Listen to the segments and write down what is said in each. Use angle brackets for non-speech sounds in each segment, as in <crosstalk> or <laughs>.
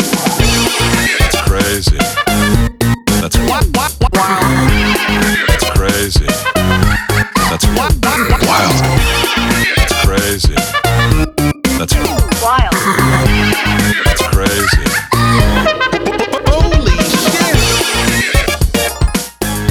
It's crazy. That's It's crazy. That's wild. It's crazy. That's Wild. It's crazy. Holy shit!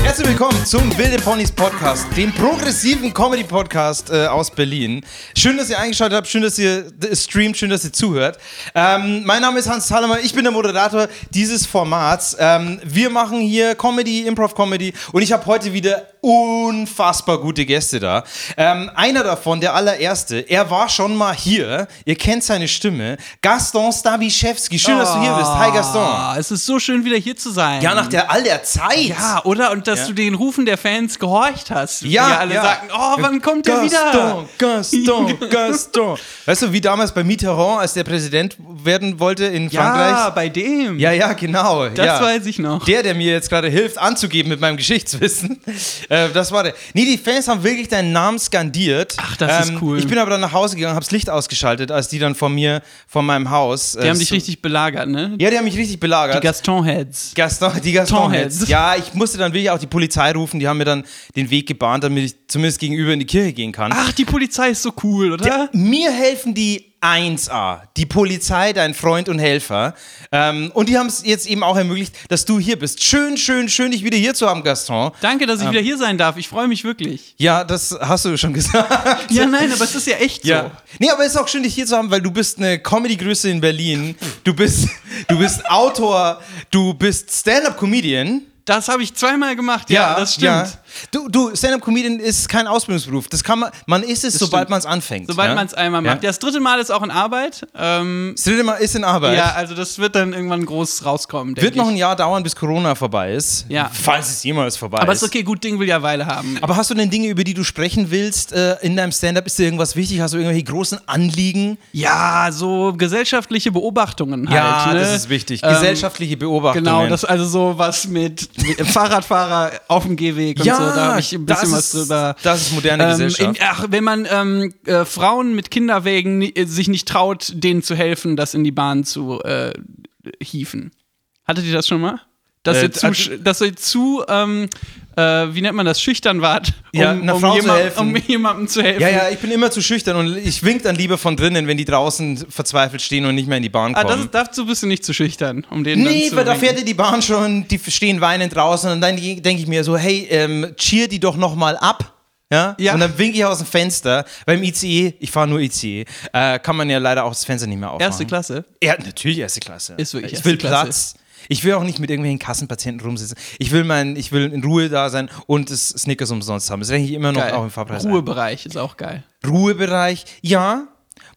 Herzlich willkommen zum Wilde Ponys Podcast, dem progressiven Comedy Podcast äh, aus Berlin. Schön, dass ihr eingeschaltet habt, schön, dass ihr d- streamt, schön, dass ihr zuhört. Ähm, mein Name ist Hans Thalhammer, ich bin der Moderator dieses Formats. Ähm, wir machen hier Comedy, Improv-Comedy und ich habe heute wieder unfassbar gute Gäste da. Ähm, einer davon, der allererste, er war schon mal hier, ihr kennt seine Stimme, Gaston Stabischewski. Schön, dass du hier bist. Hi Gaston. Ah, es ist so schön, wieder hier zu sein. Ja, nach der all der Zeit. Ja, oder? Und dass Ja. du den Rufen der Fans gehorcht hast. Ja, Die alle ja. sagten, oh, wann kommt der wieder? Gaston, Gaston, <laughs> Gaston. Weißt du, wie damals bei Mitterrand, als der Präsident werden wollte in Ja, Frankreich? bei dem. Ja, ja, genau. Das ja. weiß ich noch. Der, der mir jetzt gerade hilft, anzugeben mit meinem Geschichtswissen, <laughs> äh, das war der. Nee, die Fans haben wirklich deinen Namen skandiert. Ähm, Ach, das ist cool. Ich bin aber dann nach Hause gegangen, hab's Licht ausgeschaltet, als die dann von mir, von meinem Haus. äh, Die haben dich richtig belagert, ne? Ja, die haben mich richtig belagert. Die Gaston-Heads. Gaston, die Gaston-Heads. Torheads. Ja, ich musste dann wirklich auch die Polizei rufen. Die haben mir dann den Weg gebahnt, damit ich zumindest gegenüber in die Kirche gehen kann. Ach, die Polizei ist so cool, oder? Mir helfen die 1A, die Polizei, dein Freund und Helfer. Ähm, und die haben es jetzt eben auch ermöglicht, dass du hier bist. Schön, schön, schön, dich wieder hier zu haben, Gaston. Danke, dass ich wieder hier sein darf. Ich freue mich wirklich. Ja, das hast du schon <laughs> gesagt. Ja, <laughs> nein, aber es ist ja echt Ja. so. Nee, aber es ist auch schön, dich hier zu haben, weil du bist eine Comedy-Größe in Berlin. Du bist, du bist Autor, du bist Stand-Up-Comedian. Das habe ich zweimal gemacht. Ja, das stimmt. ja. Du, du Stand-up-Comedian ist kein Ausbildungsberuf. Das kann man, man ist es, sobald stimmt. man es anfängt. Sobald ja? man es einmal Ja. macht. Das dritte Mal ist auch in Arbeit. Ähm, Das dritte Mal ist in Arbeit. ja, also das wird dann irgendwann groß rauskommen. denk Wird noch ich. ein Jahr dauern, bis Corona vorbei ist. Ja. Falls es jemals vorbei Aber ist. ist okay, gut Ding will ja Weile haben. Aber hast du denn Dinge, über die du sprechen willst äh, in deinem Stand-up? Ist dir irgendwas wichtig? Hast du irgendwelche großen Anliegen? Ja, so gesellschaftliche Beobachtungen halt. ne? Ähm, Gesellschaftliche Beobachtungen. Genau, das also so was mit Fahrradfahrer auf dem Gehweg und ja, so, da habe ich ein bisschen das was ist, drüber. Das ist moderne Ähm, in, Gesellschaft. ach, wenn man ähm, äh, Frauen mit Kinderwägen ni- äh, sich nicht traut, denen zu helfen, das in die Bahn zu äh, hieven. Hattet ihr das schon mal? Dass, Äh, ihr, zu, äh, sch- dass ihr zu, ähm, äh, wie nennt man das, schüchtern wart, um, Ja, einer um, Frau zu jemand- helfen. um jemandem zu helfen. ja, ja, ich bin immer zu schüchtern und ich wink dann lieber von drinnen, wenn die draußen verzweifelt stehen und nicht mehr in die Bahn Ah, kommen. das, dazu bist du nicht zu schüchtern, um den dann Nee, zu weil da winken. fährt ja die Bahn schon, die stehen weinend draußen und dann denke ich mir so, hey, ähm, cheer die doch nochmal ab. Ja? Ja. Und dann winke ich aus dem Fenster. Beim ICE, ich fahre nur ICE, äh, kann man ja leider auch das Fenster nicht mehr aufmachen. Erste Klasse. Ja, natürlich erste Klasse. Ist wirklich ich erste will Klasse. Platz. Ich will auch nicht mit irgendwelchen Kassenpatienten rumsitzen. Ich will, mein, ich will in Ruhe da sein und das Snickers umsonst haben. Das denke ich immer noch Geil. auch im Fahrpreis. ein. Ruhebereich ist auch geil. Ruhebereich, ja.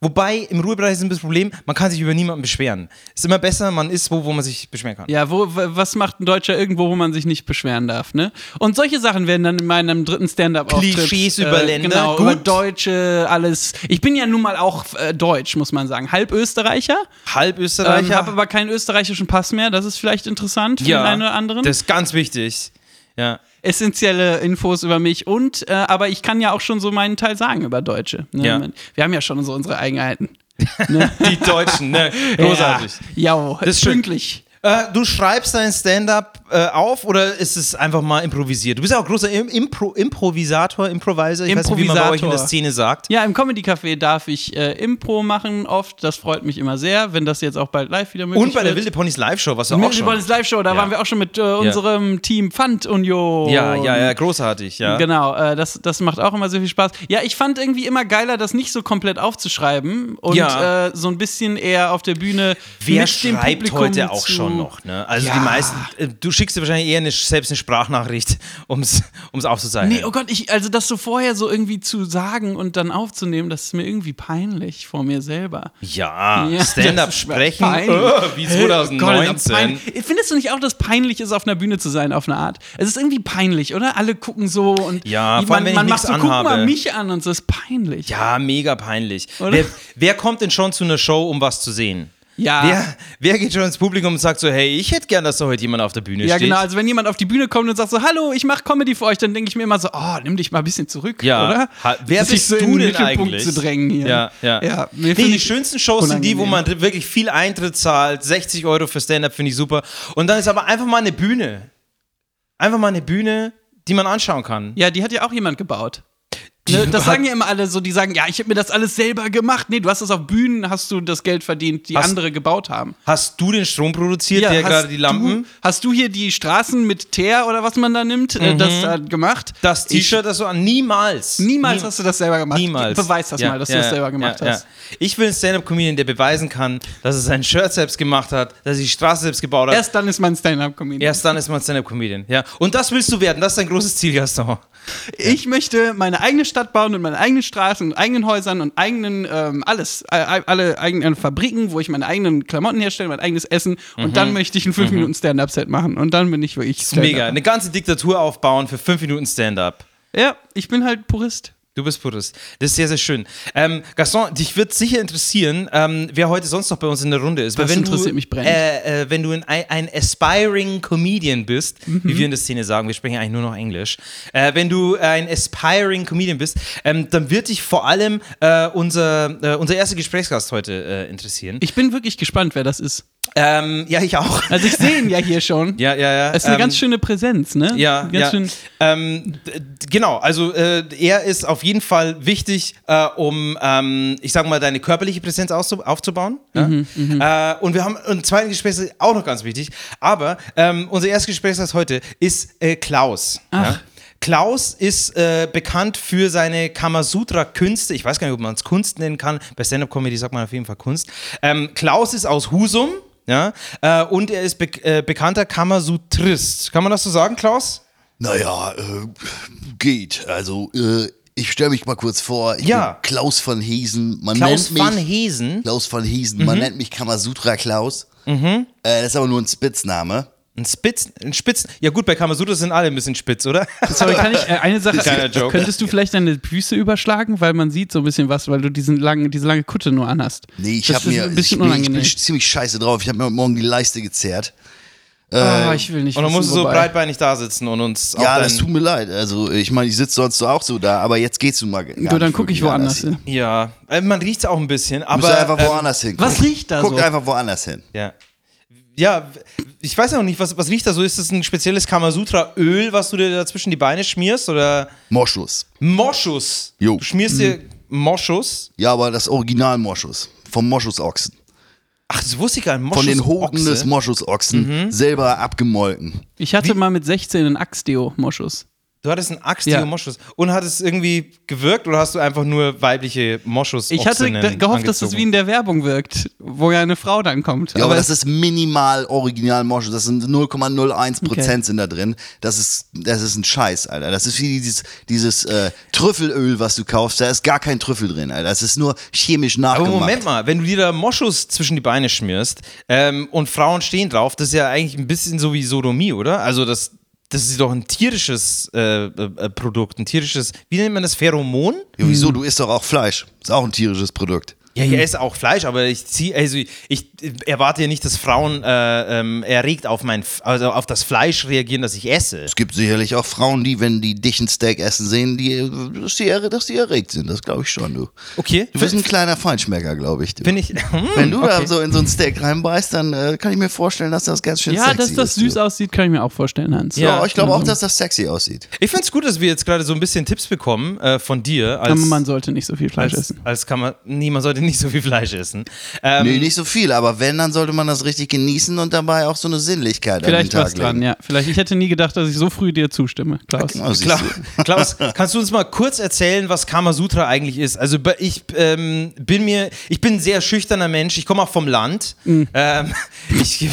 Wobei, im Ruhebereich ist ein bisschen Problem, man kann sich über niemanden beschweren. Ist immer besser, man ist wo, wo man sich beschweren kann. Ja, wo, w- was macht ein Deutscher irgendwo, wo man sich nicht beschweren darf, ne? Und solche Sachen werden dann in meinem dritten Stand-up Klischees über Länder, Genau, gut. über Deutsche, alles. Ich bin ja nun mal auch äh, deutsch, muss man sagen. Halb Österreicher, Halb ähm, Österreicher. habe aber keinen österreichischen Pass mehr. Das ist vielleicht interessant für den einen oder anderen. Das ist ganz wichtig. Ja. Essentielle Infos über mich und, äh, aber ich kann ja auch schon so meinen Teil sagen über Deutsche. Ne? Ja. Wir haben ja schon so unsere Eigenheiten. Die Deutschen, <laughs> ne? Großartig. Ja, jau, Das ist schön. pünktlich. Äh, du schreibst dein Stand-up äh, auf oder ist es einfach mal improvisiert? Du bist ja auch großer Im Impro Improvisator, Improviser. Ich weiß nicht, wie man bei euch in der Improvisator. Szene sagt. Ja, im Comedy Café darf ich äh, Impro machen oft. Das freut mich immer sehr, wenn das jetzt auch bald live wieder möglich Und bei der wird. Wilde Ponys Live-Show, was du auch Milde schon. Bonnes Live Show, da Ja. waren wir auch schon mit äh, unserem Team Pfand Union. ja, ja, ja, großartig, ja. Genau, äh, das, das macht auch immer sehr viel Spaß. Ja, ich fand irgendwie immer geiler, das nicht so komplett aufzuschreiben und Ja. äh, so ein bisschen eher auf der Bühne Wer mit dem schreibt Publikum heute auch zu schon noch, ne? Also Ja. die meisten, äh, du schickst dir wahrscheinlich eher eine, selbst eine Sprachnachricht, <laughs> ums, ums aufzuzeichnen. Nee, oh Gott, ich, also das so vorher so irgendwie zu sagen und dann aufzunehmen, das ist mir irgendwie peinlich vor mir selber. Ja, Ja, Stand-up das ist sprechen, peinlich. äh, wie 2019. Gott, das ist pein- Findest du nicht auch, dass peinlich ist, auf einer Bühne zu sein, auf eine Art? Es ist irgendwie peinlich, oder? Alle gucken so und Ja, man, vor allem, wenn ich man nichts macht so, guck mal anhabe." mich an und so ist peinlich. Ja, mega peinlich. Oder? Wer, wer kommt denn schon zu einer Show, um was zu sehen? Ja. Wer, wer geht schon ins Publikum und sagt so, hey, ich hätte gern, dass da heute jemand auf der Bühne Ja, steht? genau. Also, wenn jemand auf die Bühne kommt und sagt so, hallo, ich mache Comedy für euch, dann denke ich mir immer so, oh, nimm dich mal ein bisschen zurück, Ja. oder? Ha- wer Sich bist so in du den denn Mittelpunkt eigentlich? zu drängen hier. Ja, ja. ja mir Nee, find die ich- schönsten Shows sind die, wo man unangenehm. wirklich viel Eintritt zahlt. 60 Euro für Stand-Up finde ich super. Und dann ist aber einfach mal eine Bühne. Einfach mal eine Bühne, die man anschauen kann. Ja, die hat ja auch jemand gebaut. Ne, das sagen ja immer alle so, die sagen, ja, ich habe mir das alles selber gemacht. Nee, du hast das auf Bühnen, hast du das Geld verdient, die Hast- andere gebaut haben. Hast du den Strom produziert, der hast gerade die Lampen? Du, hast du hier die Straßen mit Teer oder was man da nimmt, äh, das da gemacht? Mhm. Das Ich- T-Shirt, das so an. Niemals. Niemals Nie- hast du das selber gemacht. Niemals. Beweis das Ja, mal, dass ja, du das selber gemacht ja, ja. hast. Ich will einen Stand-Up-Comedian, der beweisen kann, dass er sein Shirt selbst gemacht hat, dass er die Straße selbst gebaut hat. Erst, Erst dann ist man Stand-Up-Comedian. dann ist man Stand-Up-Comedian. Ja. Und das willst du werden. Das ist dein großes Ziel, Gaston. Ich möchte meine eigene Stadt bauen und meine eigenen Straßen und eigenen Häusern und eigenen ähm, alles, äh, alle eigenen Fabriken, wo ich meine eigenen Klamotten herstelle, mein eigenes Essen Mhm. und dann möchte ich ein 5 Minuten Stand-up Set machen und dann bin ich wirklich Stand-up. Mega. ne? Eine ganze Diktatur aufbauen für fünf Minuten Stand-Up. Ja, ich bin halt Purist. Du bist Purist. Das ist sehr, sehr schön. Ähm, Gaston, dich wird sicher interessieren, ähm, wer heute sonst noch bei uns in der Runde ist. Das wenn interessiert du, mich brennend. Äh, äh, wenn du ein, ein aspiring Comedian bist, Mhm. wie wir in der Szene sagen, wir sprechen eigentlich nur noch Englisch. Äh, wenn du ein aspiring Comedian bist, ähm, dann wird dich vor allem äh, unser, äh, unser erster Gesprächsgast heute äh, interessieren. Ich bin wirklich gespannt, wer das ist. ähm, ja, ich auch. <laughs> Also ich sehe ihn ja hier schon. ja, ja, ja. Das ist eine ähm, ganz schöne Präsenz, ne? Ja, ganz ja. Schön, ähm, d- d- genau, also äh, er ist auf jeden Fall wichtig, äh, um, ähm, ich sag mal, deine körperliche Präsenz auszu- aufzubauen. Ja? äh, und wir haben einen zweiten Gespräch, auch noch ganz wichtig. Aber ähm, unser erstes Gespräch heute ist äh, Klaus. Ja? Klaus ist äh, bekannt für seine Kamasutra-Künste. Ich weiß gar nicht, ob man es Kunst nennen kann. Bei Stand-Up-Comedy sagt man auf jeden Fall Kunst. Ähm, Klaus ist aus Husum. Ja, äh, und er ist be äh, bekannter Kamasutrist. Kann man das so sagen, Klaus? Naja, äh, geht. Also, äh, ich stelle mich mal kurz vor. Ich Ja. bin Klaus van Hesen. Man Klaus nennt mich van Hesen. Klaus van Hesen. Man Mhm. nennt mich Kamasutra Klaus. Äh, das ist aber nur ein Spitzname. Ein Spitz, ein Spitz. Ja gut, bei Kamasutra sind alle ein bisschen spitz, <laughs> oder? Sorry, kann ich äh, eine Sache? <laughs> Kleiner Joke. Könntest du vielleicht deine Büße überschlagen, weil man sieht so ein bisschen was, weil du diesen langen, diese lange Kutte nur anhast. Nee, ich Das habe ist mir. ein bisschen ich, bin- unangenehm. Ich bin ziemlich scheiße drauf. Ich habe mir heute Morgen die Leiste gezerrt. äh, Ah, ich will nicht. Und dann wissen, musst du so wobei. breitbeinig da sitzen und uns Ja, auch das dein- tut mir leid. Also, ich meine, ich sitze sonst so auch so da, aber jetzt geht's nun mal. gar Du, dann nicht gucke ich wirklich woanders anders hin. ähm, Ja, äh, man riecht es auch ein bisschen, Müsst ihr aber einfach woanders hin. was riecht da Guckt so? einfach woanders hin. ähm, ja. Ja, w- ich weiß ja noch nicht, was, was riecht da so? Ist das ein spezielles Kamasutra-Öl, was du dir da zwischen die Beine schmierst? Oder Moschus. Moschus? Jo. Mhm. Du schmierst dir Moschus? Ja, aber das Original Moschus. Vom Moschusochsen. Ach, das wusste ich gar nicht. Von den Moschusochse. Mhm. Hoden des Moschusochsen. Selber abgemolken. Ich hatte mal mit 16 einen Axtdeo-Moschus. Du hattest einen axtio Ja. Moschus. Und hat es irgendwie gewirkt oder hast du einfach nur weibliche Moschus Ich hatte ge- gehofft, dass es wie in der Werbung wirkt, wo ja eine Frau dann kommt. Ja, aber das ist minimal original Moschus. Das sind 0,01 Prozent sind da drin. Das ist, das ist ein Scheiß, Alter. Das ist wie dieses, dieses äh, Trüffelöl, was du kaufst. Da ist gar kein Trüffel drin, Alter. Das ist nur chemisch Aber nachgemacht. Moment mal, wenn du dir da Moschus zwischen die Beine schmierst ähm, und Frauen stehen drauf, das ist ja eigentlich ein bisschen so wie Sodomie, oder? Also das, das ist doch ein tierisches äh, äh, äh, Produkt, ein tierisches, wie nennt man das, Pheromon? Ja, wieso? Mhm. Du isst doch auch Fleisch. Ist auch ein tierisches Produkt. Ja, hier ist auch Fleisch, aber ich zieh, also ich, ich erwarte ja nicht, dass Frauen äh, ähm, erregt auf mein, F- also auf das Fleisch reagieren, das ich esse. Es gibt sicherlich auch Frauen, die, wenn die dich ein Steak essen sehen, die, dass, die, erre- dass die erregt sind. Das glaube ich schon, du. Okay. Du bist ein kleiner Feinschmecker, glaube ich. Du. Bin ich. <laughs> Hm? wenn du da so in so ein Steak reinbeißt, dann äh, kann ich mir vorstellen, dass das ganz schön ja, sexy dass das ist. du. süß aussieht, kann ich mir auch vorstellen, Hans. Also, Ja. Ja, ich glaube auch, dass das sexy aussieht. Ich find's gut, dass wir jetzt gerade so ein bisschen Tipps bekommen äh, von dir. Als, Aber man sollte nicht so viel Fleisch als, essen. als kann man. Nee, man sollte nicht so viel Fleisch essen. Ähm, Nee, nicht so viel, aber wenn, dann sollte man das richtig genießen und dabei auch so eine Sinnlichkeit Vielleicht an was den Tag dran, legen. ja. Vielleicht, ich hätte nie gedacht, dass ich so früh dir zustimme, Klaus. Oh, siehst Kla <laughs> du. Klaus, kannst du uns mal kurz erzählen, was Kamasutra eigentlich ist? Also be- ich ähm, bin mir, ich bin ein sehr schüchterner Mensch. Ich komme auch vom Land. Ähm, <laughs> ich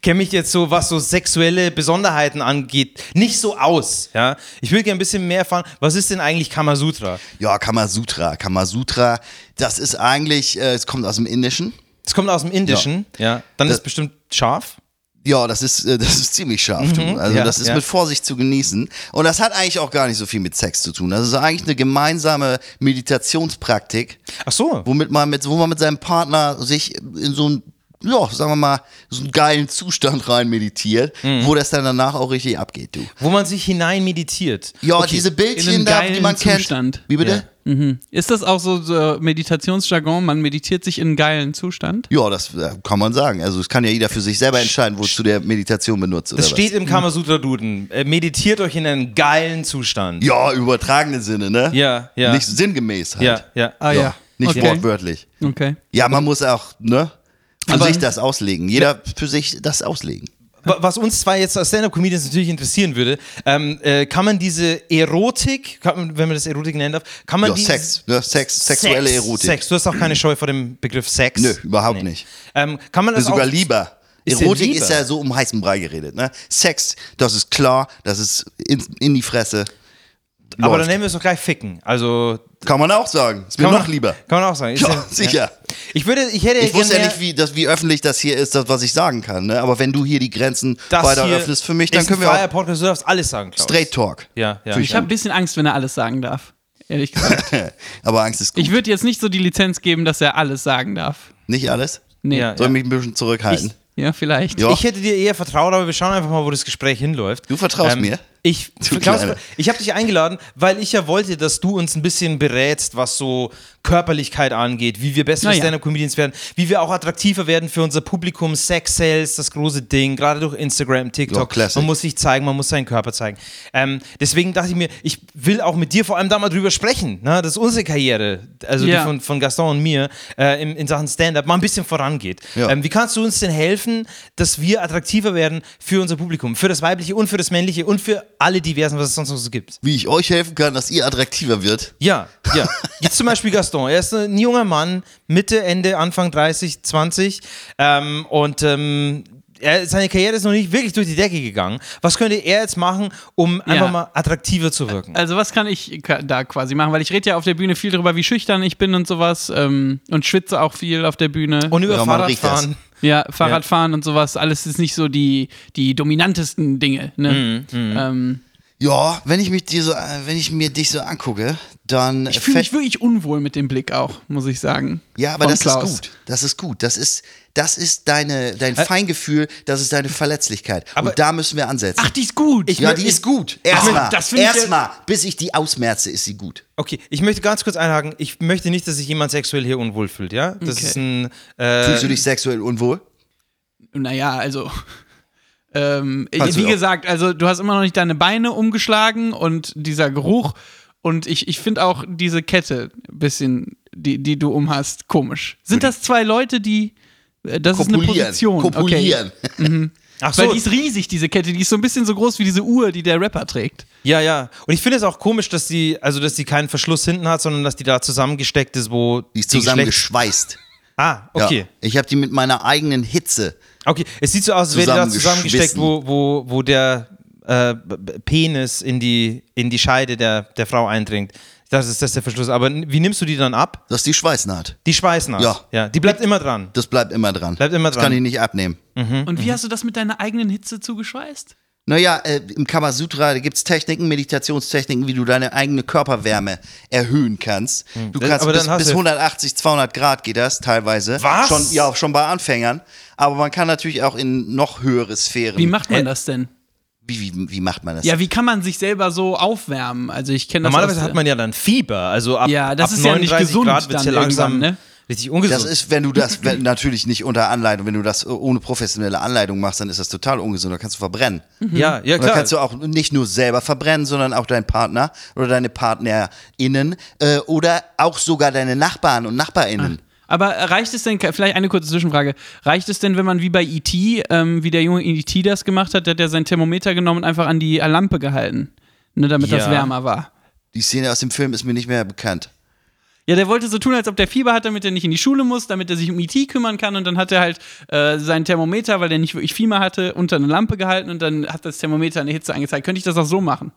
kenne mich jetzt so, was so sexuelle Besonderheiten angeht, nicht so aus. Ja, ich würde gerne ein bisschen mehr erfahren. Was ist denn eigentlich Kamasutra? Ja, Kamasutra. Kamasutra, das ist eigentlich, äh, es kommt aus dem Indischen. Es kommt aus dem Indischen. Ja, dann Äh, ist bestimmt scharf. Ja, das ist, äh, das ist ziemlich scharf. Mhm, du. Also ja, das ist ja. mit Vorsicht zu genießen. Und das hat eigentlich auch gar nicht so viel mit Sex zu tun. Das ist eigentlich eine gemeinsame Meditationspraktik, Ach so. womit man mit, wo man mit seinem Partner sich in so einen ja, sagen wir mal, so einen geilen Zustand rein meditiert, wo das dann danach auch richtig abgeht, du. Wo man sich hinein meditiert. Ja, Okay. diese in Bildchen einem da, geilen die man kennt. Zustand. Wie bitte? Ist das auch so, so Meditationsjargon? Man meditiert sich in einen geilen Zustand? Ja, das äh, kann man sagen. Also es kann ja jeder für sich selber entscheiden, wozu der Meditation benutzt. Oder Mhm. Das steht im Kamasutra-Duden. Äh, meditiert euch in einen geilen Zustand. was. Ja, im übertragenen Sinne, ne? Ja, ja. Nicht sinngemäß halt. ja. ja. Ah Ja, ja. Nicht okay. wortwörtlich. Okay. Ja, man muss auch, ne? Für Aber- sich das auslegen. Jeder für sich das auslegen. Wa- Was uns zwar jetzt als Stand-Up-Comedians natürlich interessieren würde, ähm, äh, kann man diese Erotik, kann man, wenn man das Erotik nennen darf, kann man Ja, die... Sex, ne? Sex, sexuelle Sex, Erotik. Sex, du hast auch keine Scheu vor dem Begriff Sex. Nö, überhaupt nicht. Ähm, kann man das Ist sogar auch, lieber. Ist dir Erotik lieber? ist ja so um heißen Brei geredet, ne? Sex, das ist klar, das ist in, in die Fresse. Aber dann Läuft. nennen wir es doch gleich ficken. Also Kann man auch sagen. Ist mir kann noch man, lieber. Kann man auch sagen. Ist Ja, <laughs> sicher. Ich würde, ich hätte Ich wusste ja gerne nicht, wie, das, wie öffentlich das hier ist, das, was ich sagen kann. Ne? Aber wenn du hier die Grenzen das weiter hier öffnest für mich, dann ist können ein wir freier auch Podcast, du darfst alles sagen, Klaus. Straight Talk. Ja, ja. Fühl Ich habe ein bisschen Angst, wenn er alles sagen darf. Ehrlich <laughs> gesagt. Aber Angst ist gut. ich würde jetzt nicht so die Lizenz geben, dass er alles sagen darf. nicht alles? Nee. Ja. Ja, Soll ich mich ein bisschen zurückhalten? vielleicht. Ja. Ich hätte dir eher vertraut, aber wir schauen einfach mal, wo das Gespräch hinläuft. Ähm, Du vertraust mir? Ich, Du Klaus, Kleine. ich habe dich eingeladen, weil ich ja wollte, dass du uns ein bisschen berätst, was so Körperlichkeit angeht, wie wir bessere Naja. Stand-Up-Comedians werden, wie wir auch attraktiver werden für unser Publikum. Sex-Sales, das große Ding, gerade durch Instagram, Ja, TikTok. classic. man muss sich zeigen, man muss seinen Körper zeigen. Ähm, deswegen dachte ich mir, ich will auch mit dir vor allem da mal drüber sprechen. Ne? Das ist unsere Karriere, also die Ja. von, von Gaston und mir, äh, in, in Sachen Stand-Up mal ein bisschen vorangeht. Ja. Ähm, wie kannst du uns denn helfen, dass wir attraktiver werden für unser Publikum, für das weibliche und für das männliche und für alle diversen, was es sonst noch so gibt? Wie ich euch helfen kann, dass ihr attraktiver wird. Ja, ja. <laughs> Jetzt zum Beispiel Gaston. Er ist ein junger Mann, Mitte, Ende, Anfang 30, 20. Ähm, und ähm, er, seine Karriere ist noch nicht wirklich durch die Decke gegangen. Was könnte er jetzt machen, um einfach mal attraktiver zu wirken? Also was kann ich ka- da quasi machen? Weil ich rede ja auf der Bühne viel darüber, wie schüchtern ich bin und sowas ähm, und schwitze auch viel auf der Bühne. Und über Ja, man riecht das. Fahrradfahren. ja, Fahrradfahren und sowas, alles ist nicht so die, die dominantesten Dinge. Ne? Mhm, ähm, Ja, wenn ich mich dir so, äh, wenn ich mir dich so angucke, dann ich fühle mich fällt- wirklich unwohl mit dem Blick auch, muss ich sagen. ja, aber Von das Klaus. ist gut. Das ist gut. Das ist, das ist deine, dein Feingefühl, das ist deine Verletzlichkeit. aber- Und da müssen wir ansetzen. Ach, die ist gut. ja, die ist gut. Erstmal, das find ich ja- erstmal, bis ich die ausmerze, ist sie gut. Okay, ich möchte ganz kurz einhaken. Ich möchte nicht, dass sich jemand sexuell hier unwohl fühlt, ja? Das Okay. ist ein. Fühlst du Äh, dich sexuell unwohl? Naja, also. Ähm, Kannst wie du auch. gesagt, also du hast immer noch nicht deine Beine umgeschlagen und dieser Geruch und ich, ich finde auch diese Kette ein bisschen, die, die du umhast, komisch. Sind das zwei Leute, die. äh, Das ist eine Position. Okay. Kopulieren. ach Weil so, die ist riesig, diese Kette. Die ist so ein bisschen so groß wie diese Uhr, die der Rapper trägt. ja, ja. Und ich finde es auch komisch, dass die, also dass die keinen Verschluss hinten hat, sondern dass die da zusammengesteckt ist, wo Die ist Geschlecht- zusammengeschweißt. Ah, okay. Ja. Ich habe die mit meiner eigenen Hitze. Okay, es sieht so aus, als wäre die da Zusammengeschwissen. zusammengesteckt, wo, wo, wo der äh, B- B- Penis in die, in die Scheide der, der Frau eindringt. Das ist, das ist der Verschluss. Aber n- wie nimmst du die dann ab? Das ist die Schweißnaht. Die Schweißnaht. Ja. ja. Die bleibt immer dran. Das bleibt immer dran. Bleibt immer Das dran. kann ich nicht abnehmen. Und wie mhm. hast du das mit deiner eigenen Hitze zugeschweißt? Naja, äh, im Kamasutra gibt es Techniken, Meditationstechniken, wie du deine eigene Körperwärme erhöhen kannst. Du Das- kannst aber Hm. dann bis, hast bis du- 180, 200 Grad geht das teilweise. Was? Schon, ja, auch schon bei Anfängern. Aber man kann natürlich auch in noch höhere Sphären. Wie macht Äh, man das denn? wie, wie, wie macht man das? Ja, wie kann man sich selber so aufwärmen? Also ich kenne das Normalerweise aus, hat man ja dann Fieber. Also ab, Ja, das ab ist ja nicht 39 gesund Grad wird hier dann langsam irgendwann, ne? richtig ungesund. Das ist, wenn du das wenn, natürlich nicht unter Anleitung, wenn du das ohne professionelle Anleitung machst, dann ist das total ungesund. Da kannst du verbrennen. Mhm. ja, ja, Und Mhm. da klar. kannst du auch nicht nur selber verbrennen, sondern auch deinen Partner oder deine PartnerInnen äh, oder auch sogar deine Nachbarn und NachbarInnen. Aber reicht es denn, vielleicht eine kurze Zwischenfrage, reicht es denn, wenn man wie bei E.T., ähm, wie der junge E.T. das gemacht hat, der hat ja sein Thermometer genommen und einfach an die Lampe gehalten, ne, damit das Ja. wärmer war? Die Szene aus dem Film ist mir nicht mehr bekannt. Ja, der wollte so tun, als ob der Fieber hat, damit er nicht in die Schule muss, damit er sich um E.T. kümmern kann und dann hat er halt äh, sein Thermometer, weil der nicht wirklich Fieber hatte, unter eine Lampe gehalten und dann hat das Thermometer eine Hitze angezeigt. Könnte ich das auch so machen?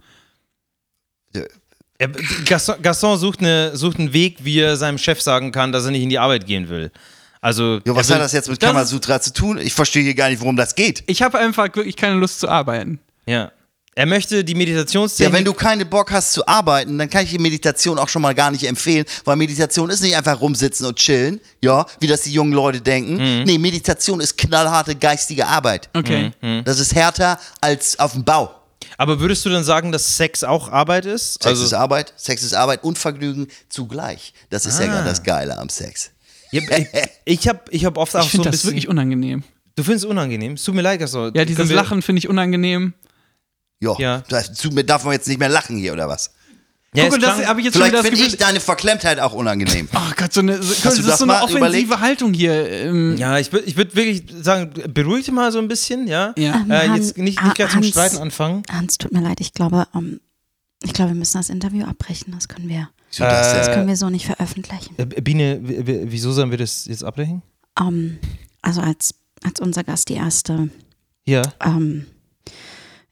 Er- Gaston, Gaston Äh, sucht, eine, sucht einen Weg, wie er seinem Chef sagen kann, dass er nicht in die Arbeit gehen will. Also, Ja, was er hat will- das jetzt mit das ist- Kamasutra zu tun? Ich verstehe hier gar nicht, worum das geht. Ich habe einfach wirklich keine Lust zu arbeiten. Ja. Er möchte die Meditationstechnik. Ja, wenn du keinen Bock hast zu arbeiten, dann kann ich dir Meditation auch schon mal gar nicht empfehlen, weil Meditation ist nicht einfach rumsitzen und chillen, ja, wie das die jungen Leute denken. Nee, Meditation ist knallharte geistige Arbeit. Okay. Das ist härter als auf dem Bau. aber würdest du dann sagen, dass Sex auch Arbeit ist? Sex also, ist Arbeit, Sex ist Arbeit und Vergnügen zugleich. Das ist ja gerade das Geile am Sex. Ja, <laughs> ich ich habe ich hab oft auch Ich so finde ein das bisschen. wirklich unangenehm. Du findest es unangenehm. Es tut mir leid, Gasol. Ja, dieses Können wir- Lachen finde ich unangenehm. Jo, Ja. das- zu mir darf man jetzt nicht mehr lachen hier oder was? Ja, Guck, es und das klang- habe ich jetzt schon Vielleicht wieder das finde ich Gefühl. deine Verklemmtheit auch unangenehm. Oh Gott, so eine, so, das du ist das so eine mal offensive überlegt? Haltung hier. Ähm, Ja, ich würde ich würd wirklich sagen, beruhigt mal so ein bisschen, ja. Ja. Äh, Mann. jetzt nicht, Ah, nicht gleich zum Hans. Streiten anfangen. Hans, tut mir leid, ich glaube, ähm, ich glaube, wir müssen das Interview abbrechen. Das können wir, Wieso das denn? das können wir so nicht veröffentlichen. Äh, Biene, w- w- wieso sollen wir das jetzt abbrechen? Ähm, also als, als unser Gast die erste Ja. ähm,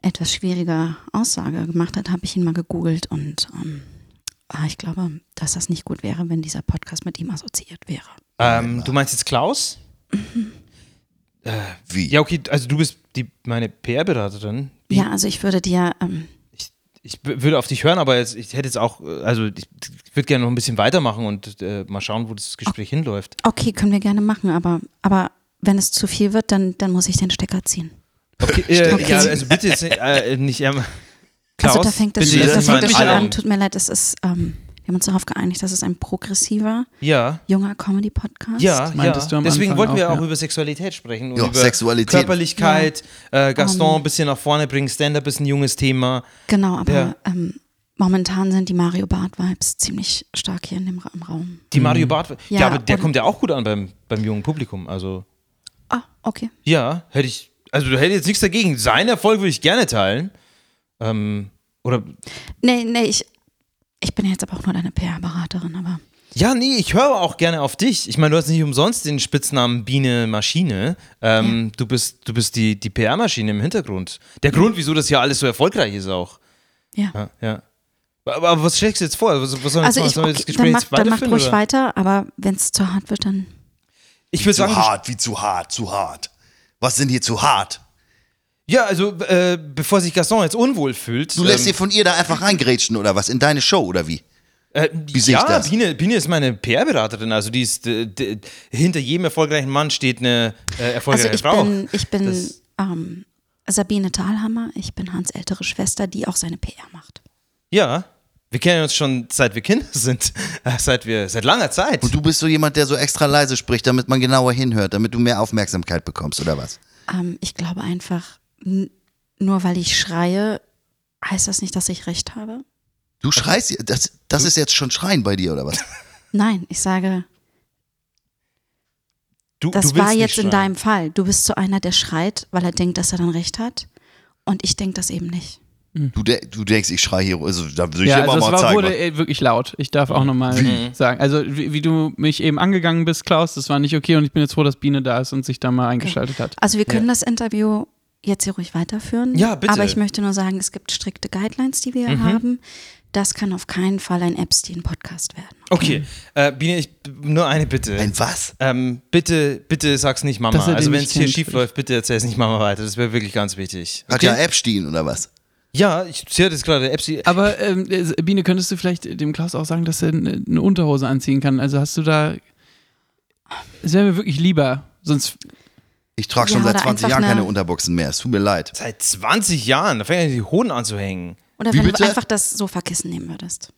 etwas schwierige Aussage gemacht hat, habe ich ihn mal gegoogelt und ähm, ah, ich glaube, dass das nicht gut wäre, wenn dieser Podcast mit ihm assoziiert wäre. Ähm, du meinst jetzt Klaus? Wie? Ja, okay, also du bist die, meine PR-Beraterin. Ja, also ich würde dir, ähm, Ich, ich w- würde auf dich hören, aber jetzt, ich hätte jetzt auch, äh, also ich, ich würde gerne noch ein bisschen weitermachen und äh, mal schauen, wo das Gespräch hinläuft. okay, können wir gerne machen, aber, aber wenn es zu viel wird, dann, dann muss ich den Stecker ziehen. Okay, äh, Okay. Ja, also bitte jetzt nicht, äh, nicht ähm, Klaus, also da fängt es bitte schon, jetzt da nicht um. mal fängt es schon an. an. Tut mir leid, es ist, ähm, wir haben uns darauf geeinigt, dass es ein progressiver, Ja. junger Comedy-Podcast. Ja, ja. meintest du am deswegen Anfang wollten wir auch, auch ja. über Sexualität sprechen. Und Ja, über Sexualität. Körperlichkeit, äh, Gaston ein bisschen nach vorne bringen, Stand-Up ist ein junges Thema. Genau, aber Ja. ähm, momentan sind die Mario Bart-Vibes ziemlich stark hier in dem Ra im Raum. Die Mario Barth, ja, Ja, aber der und- kommt ja auch gut an beim, beim jungen Publikum. Also, Ah, okay. ja, hätte ich, also du hättest jetzt nichts dagegen. Seinen Erfolg würde ich gerne teilen. Ähm, oder, Nee, nee, ich, ich bin jetzt aber auch nur deine PR-Beraterin, aber ja, nee, ich höre auch gerne auf dich. Ich meine, du hast nicht umsonst den Spitznamen Biene Maschine. Ähm, Du bist, du bist die, die PR-Maschine im Hintergrund. Der Grund, wieso das hier alles so erfolgreich ist auch. ja. Ja, ja. Aber, aber was schlägst du jetzt vor? Was, was sollen wir Also jetzt machen? ich, Sollen wir okay, das dann Gespräch macht, jetzt dann macht weiterführen? ruhig Oder? weiter, aber wenn es zu hart wird, dann Ich würde sagen, zu hart, wie zu hart, zu hart. Was denn hier zu hart? ja, also äh, bevor sich Gaston jetzt unwohl fühlt. ähm, Du lässt dir von ihr da einfach reingrätschen oder was? In deine Show oder wie? äh, wie sehe ich ja, das? Biene, Biene ist meine PR-Beraterin. Also die ist äh, d- hinter jedem erfolgreichen Mann steht eine äh, Also erfolgreiche ich Frau. bin, ich bin Das- ähm, Sabine Thalhammer, ich bin Hans ältere Schwester, die auch seine PR macht. ja, wir kennen uns schon seit wir Kinder <laughs> sind, äh, seit wir seit langer Zeit. Und du bist so jemand, der so extra leise spricht, damit man genauer hinhört, damit du mehr Aufmerksamkeit bekommst oder was? Ähm, ich glaube einfach, n- nur weil ich schreie, heißt das nicht, dass ich recht habe. Du schreist, das, das ist jetzt schon Schreien bei dir oder was? Nein, ich sage, Du, du das willst war nicht jetzt in schreien. deinem Fall. Du bist so einer, der schreit, weil er denkt, dass er dann recht hat. Und ich denke das eben nicht. Du, de du denkst, ich schreie hier, also da würde ich Ja, immer also es mal war, zeigen. wurde äh, wirklich laut. Ich darf auch nochmal sagen. Also, wie, wie du mich eben angegangen bist, Klaus, das war nicht okay und ich bin jetzt froh, dass Biene da ist und sich da mal eingeschaltet hat. Also wir können das Interview jetzt hier ruhig weiterführen. Ja, bitte. Mhm. Aber ich möchte nur sagen, es gibt strikte Guidelines, die wir haben. Das kann auf keinen Fall ein Epstein-Podcast werden. Okay, äh, Biene, ich, nur eine Bitte. Ein was? Ähm, bitte, bitte sag's nicht Mama. Dass er den Also wenn nicht es hier kennt, schief läuft, bitte erzähl's nicht Mama weiter. Das wäre wirklich ganz wichtig. Hat Okay? ja Epstein oder was? ja, ich sehe das gerade. Epsi. Aber ähm, äh, Biene, könntest du vielleicht dem Klaus auch sagen, dass er eine eine Unterhose anziehen kann? Also hast du da. Es wäre mir wirklich lieber. Sonst. Ich trage schon Ja, seit oder 20 einfach Jahren eine- keine Unterboxen mehr, es tut mir leid. Seit 20 Jahren, da fängt er die Hoden an zu hängen. Oder Wie wenn bitte? du einfach das Sofakissen nehmen würdest.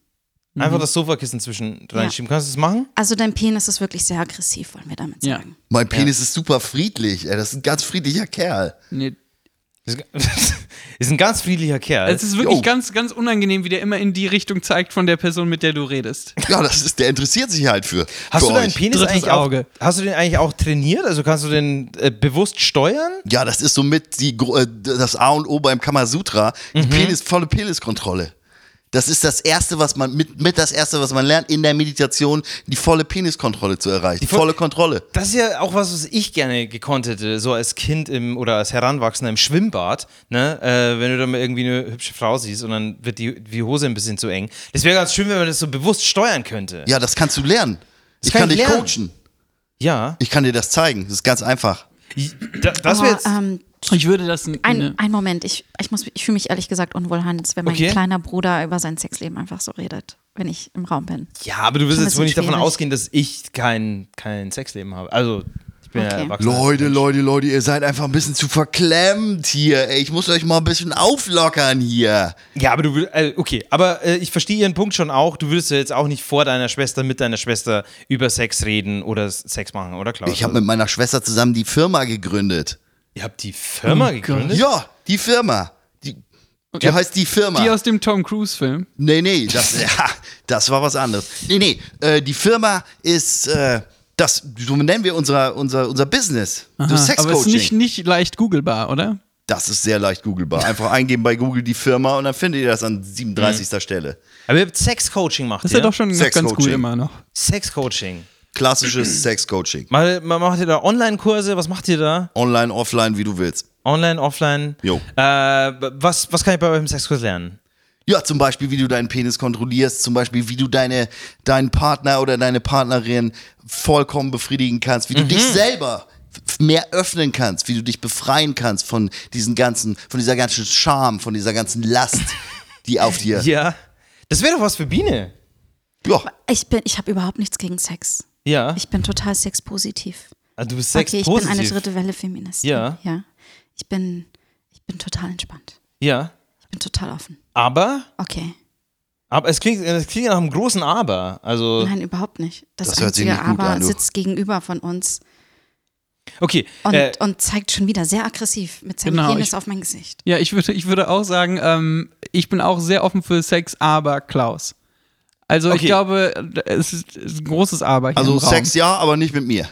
Mhm. Einfach das Sofakissen zwischen reinschieben. Kannst du das machen? Also dein Penis ist wirklich sehr aggressiv, wollen wir damit Ja. sagen. Mein Penis ist super friedlich, ey, das ist ein ganz friedlicher Kerl. Nee. <laughs> Das ist- ist ein ganz friedlicher Kerl. Es ist wirklich Jo. ganz, ganz unangenehm, wie der immer in die Richtung zeigt von der Person, mit der du redest. Ja, das ist, der interessiert sich halt für. Hast für du deinen euch. Penis Drittes eigentlich Auge. auch? Hast du den eigentlich auch trainiert? Also kannst du den äh, bewusst steuern? Ja, das ist somit die, Gro- äh, das A und O beim Kamasutra, die Penis, volle Peniskontrolle. Das ist das erste, was man mit, mit das erste, was man lernt in der Meditation, die volle Peniskontrolle zu erreichen. Die voll- volle Kontrolle. Das ist ja auch was, was ich gerne gekonnt hätte, so als Kind im, oder als Heranwachsender im Schwimmbad, ne? äh, wenn du da mal irgendwie eine hübsche Frau siehst und dann wird die, die Hose ein bisschen zu eng. Das wäre ganz schön, wenn man das so bewusst steuern könnte. Ja, das kannst du lernen. ich kann kann, ich dich lernen. coachen. Ja. Ich kann dir das zeigen. Das ist ganz einfach. Da, das Aber, wäre jetzt. ähm, Ich würde das. in- Ein, in- ein Moment, ich, ich, muss- ich fühle mich ehrlich gesagt unwohlhandels, wenn mein Okay. kleiner Bruder über sein Sexleben einfach so redet, wenn ich im Raum bin. Ja, aber du wirst Schon ein jetzt wohl nicht bisschen davon schwierig. ausgehen, dass ich kein, kein Sexleben habe. Also, ich bin ja Okay. erwachsen. Leute, Leute, Leute, ihr seid einfach ein bisschen zu verklemmt hier. Ey, ich muss euch mal ein bisschen auflockern hier. Ja, aber du willst, äh, okay, aber äh, ich verstehe Ihren Punkt schon auch. Du würdest ja jetzt auch nicht vor deiner Schwester, mit deiner Schwester über Sex reden oder s- Sex machen, oder Klaus? Ich habe mit meiner Schwester zusammen die Firma gegründet. Ihr habt die Firma Oh gegründet? Ja, die Firma. Die, die heißt die Firma. Die aus dem Tom Cruise-Film. Nee, nee, <laughs> das, ja, das war was anderes. Nee, nee, äh, die Firma ist, äh, das, so nennen wir unser, unser, unser Business. Ah, das aber ist Sexcoaching. nicht, nicht leicht googlebar, oder? das ist sehr leicht googelbar. Einfach eingeben bei Google die Firma und dann findet ihr das an 37. Mhm. Stelle. Aber ihr habt Sex-Coaching gemacht, Das ist ja? ja, doch schon noch ganz gut Sexcoaching. immer noch. Sex-Coaching. <clears throat> Klassisches Sexcoaching. Mal, mal, macht ihr da Online-Kurse? Was macht ihr da? Online, offline, wie du willst. Online, offline? Jo. Äh, was, was kann ich bei eurem Sexkurs lernen? Ja, zum Beispiel, wie du deinen Penis kontrollierst, zum Beispiel, wie du deine, deinen Partner oder deine Partnerin vollkommen befriedigen kannst, Mhm. wie du dich selber f- mehr öffnen kannst, wie du dich befreien kannst von diesen ganzen, von dieser ganzen Scham, von dieser ganzen Last, die auf dir. Ja. Das wäre doch was für Biene. Ja, Ich bin, ich habe überhaupt nichts gegen Sex. Ja. Ich bin total sexpositiv. also du bist Ah. Sex okay, ich positiv. bin eine dritte Welle Feministin. Ja. ja. Ich bin, ich bin total entspannt. Ja. Ich bin total offen. Aber, Okay. aber es klingt, es klingt nach einem großen Aber. Also, Nein, überhaupt nicht. Das, Das hört sich einzige nicht gut Aber an, du. sitzt gegenüber von uns okay. und, äh, und zeigt schon wieder sehr aggressiv mit seinem Genau, Penis ich- auf mein Gesicht. Ja, ich würde, ich würde auch sagen, ähm, ich bin auch sehr offen für Sex, aber Klaus. Also ich Okay. glaube, es ist, es ist ein großes Aber hier also im Raum. Sex ja, aber nicht mit mir.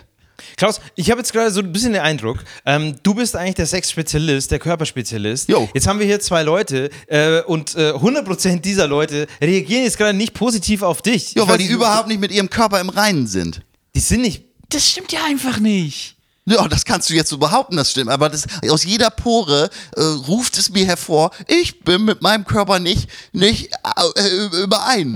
Klaus, ich habe jetzt gerade so ein bisschen den Eindruck, ähm, du bist eigentlich der Sexspezialist, der Körperspezialist. Jo. Jetzt haben wir hier zwei Leute äh, und äh, 100% dieser Leute reagieren jetzt gerade nicht positiv auf dich. Ja, Ich weil weiß die nicht, überhaupt nicht mit ihrem Körper im Reinen sind. Die sind nicht. Das stimmt ja einfach nicht. Ja, das kannst du jetzt so behaupten, das stimmt. Aber das, aus jeder Pore äh, ruft es mir hervor, ich bin mit meinem Körper nicht, nicht äh, überein.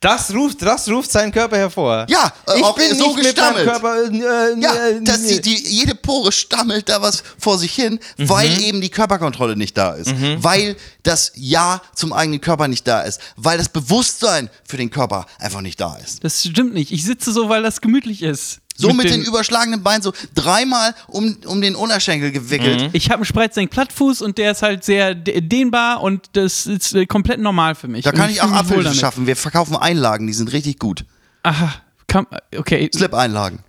Das ruft, das ruft seinen Körper hervor. Ja, äh, ich auch bin so nicht mit gestammelt. meinem Körper. Äh, äh, Ja, äh, dass die, die, jede Pore stammelt da was vor sich hin, weil eben die Körperkontrolle nicht da ist. Weil das Ja zum eigenen Körper nicht da ist. Weil das Bewusstsein für den Körper einfach nicht da ist. Das stimmt nicht. Ich sitze so, weil das gemütlich ist. So mit, dem- den, überschlagenen Beinen, so dreimal um, um den Unterschenkel gewickelt. Ich habe einen spreizenden Plattfuß und der ist halt sehr de- dehnbar und das ist äh, komplett normal für mich. Da Und kann ich auch fühl mich <laughs> wohl Abhilfe damit. schaffen. Wir verkaufen Einlagen, die sind richtig gut. Aha, kann, okay. Slip-Einlagen.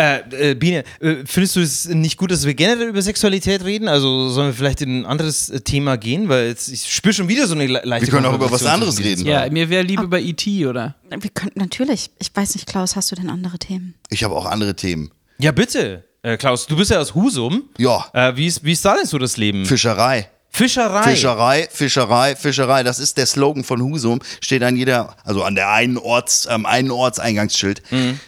Äh, äh, Biene, äh, findest du es nicht gut, dass wir generell über Sexualität reden? Also sollen wir vielleicht in ein anderes äh, Thema gehen? Weil jetzt, ich spüre schon wieder so eine le- leichte Wir können auch über was Konfrontation anderes zwischen diesen reden. Ja, mir wäre Ah. lieber über E.T., oder? Wir könnten natürlich. Ich weiß nicht, Klaus, hast du denn andere Themen? Ich habe auch andere Themen. Ja, bitte. Äh, Klaus, du bist ja aus Husum. Ja. Äh, wie, ist, wie ist da denn so das Leben? Fischerei. Fischerei. Fischerei, Fischerei, Fischerei. Das ist der Slogan von Husum. Steht an jeder, also an der einen Orts, am einen Ortseingangsschild.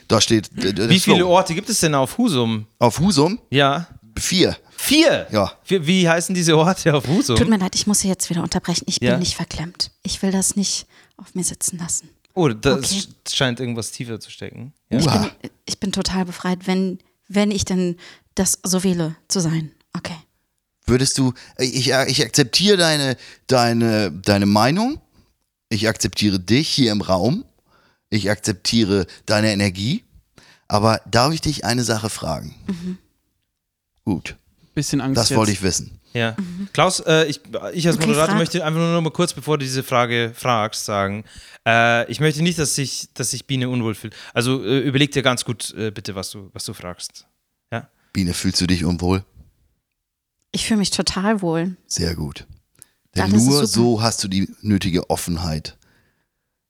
Da steht. äh, der Mhm. Wie Slogan. viele Orte gibt es denn auf Husum? Auf Husum? Ja. Vier. Vier? Ja. Wie, wie heißen diese Orte auf Tut Husum? mir leid, ich muss Sie jetzt wieder unterbrechen. Ich Ja. bin nicht verklemmt. Ich will das nicht auf mir sitzen lassen. Oh, das Okay. scheint irgendwas tiefer zu stecken. Ich Uha. bin, ich bin total befreit, wenn, wenn ich denn das so wähle zu sein. Okay. Würdest du, ich, ich akzeptiere deine, deine, deine Meinung. Ich akzeptiere dich hier im Raum. Ich akzeptiere deine Energie. Aber darf ich dich eine Sache fragen? Gut, Bisschen Angst das jetzt. wollte ich wissen. Ja. Klaus, äh, ich, ich als Okay, Moderator frag. möchte einfach nur noch mal kurz, bevor du diese Frage fragst, sagen, äh, ich möchte nicht, dass sich dass sich Biene unwohl fühlt. Also äh, überleg dir ganz gut äh, bitte, was du, was du fragst. Biene, fühlst du dich unwohl? Ich fühle mich total wohl. Sehr gut. Denn Ja, das ist nur super. so hast du die nötige Offenheit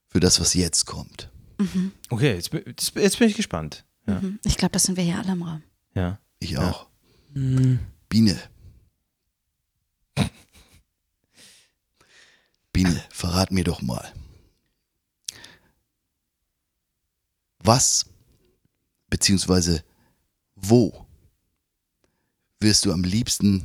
für das, was jetzt kommt. Okay, jetzt, bin- jetzt, jetzt bin ich gespannt. Ja. Mhm. Ich glaube, das sind wir hier alle im Raum. ja. Ich auch. Hm. Biene. Biene, verrat mir doch mal. Was beziehungsweise wo wirst du am liebsten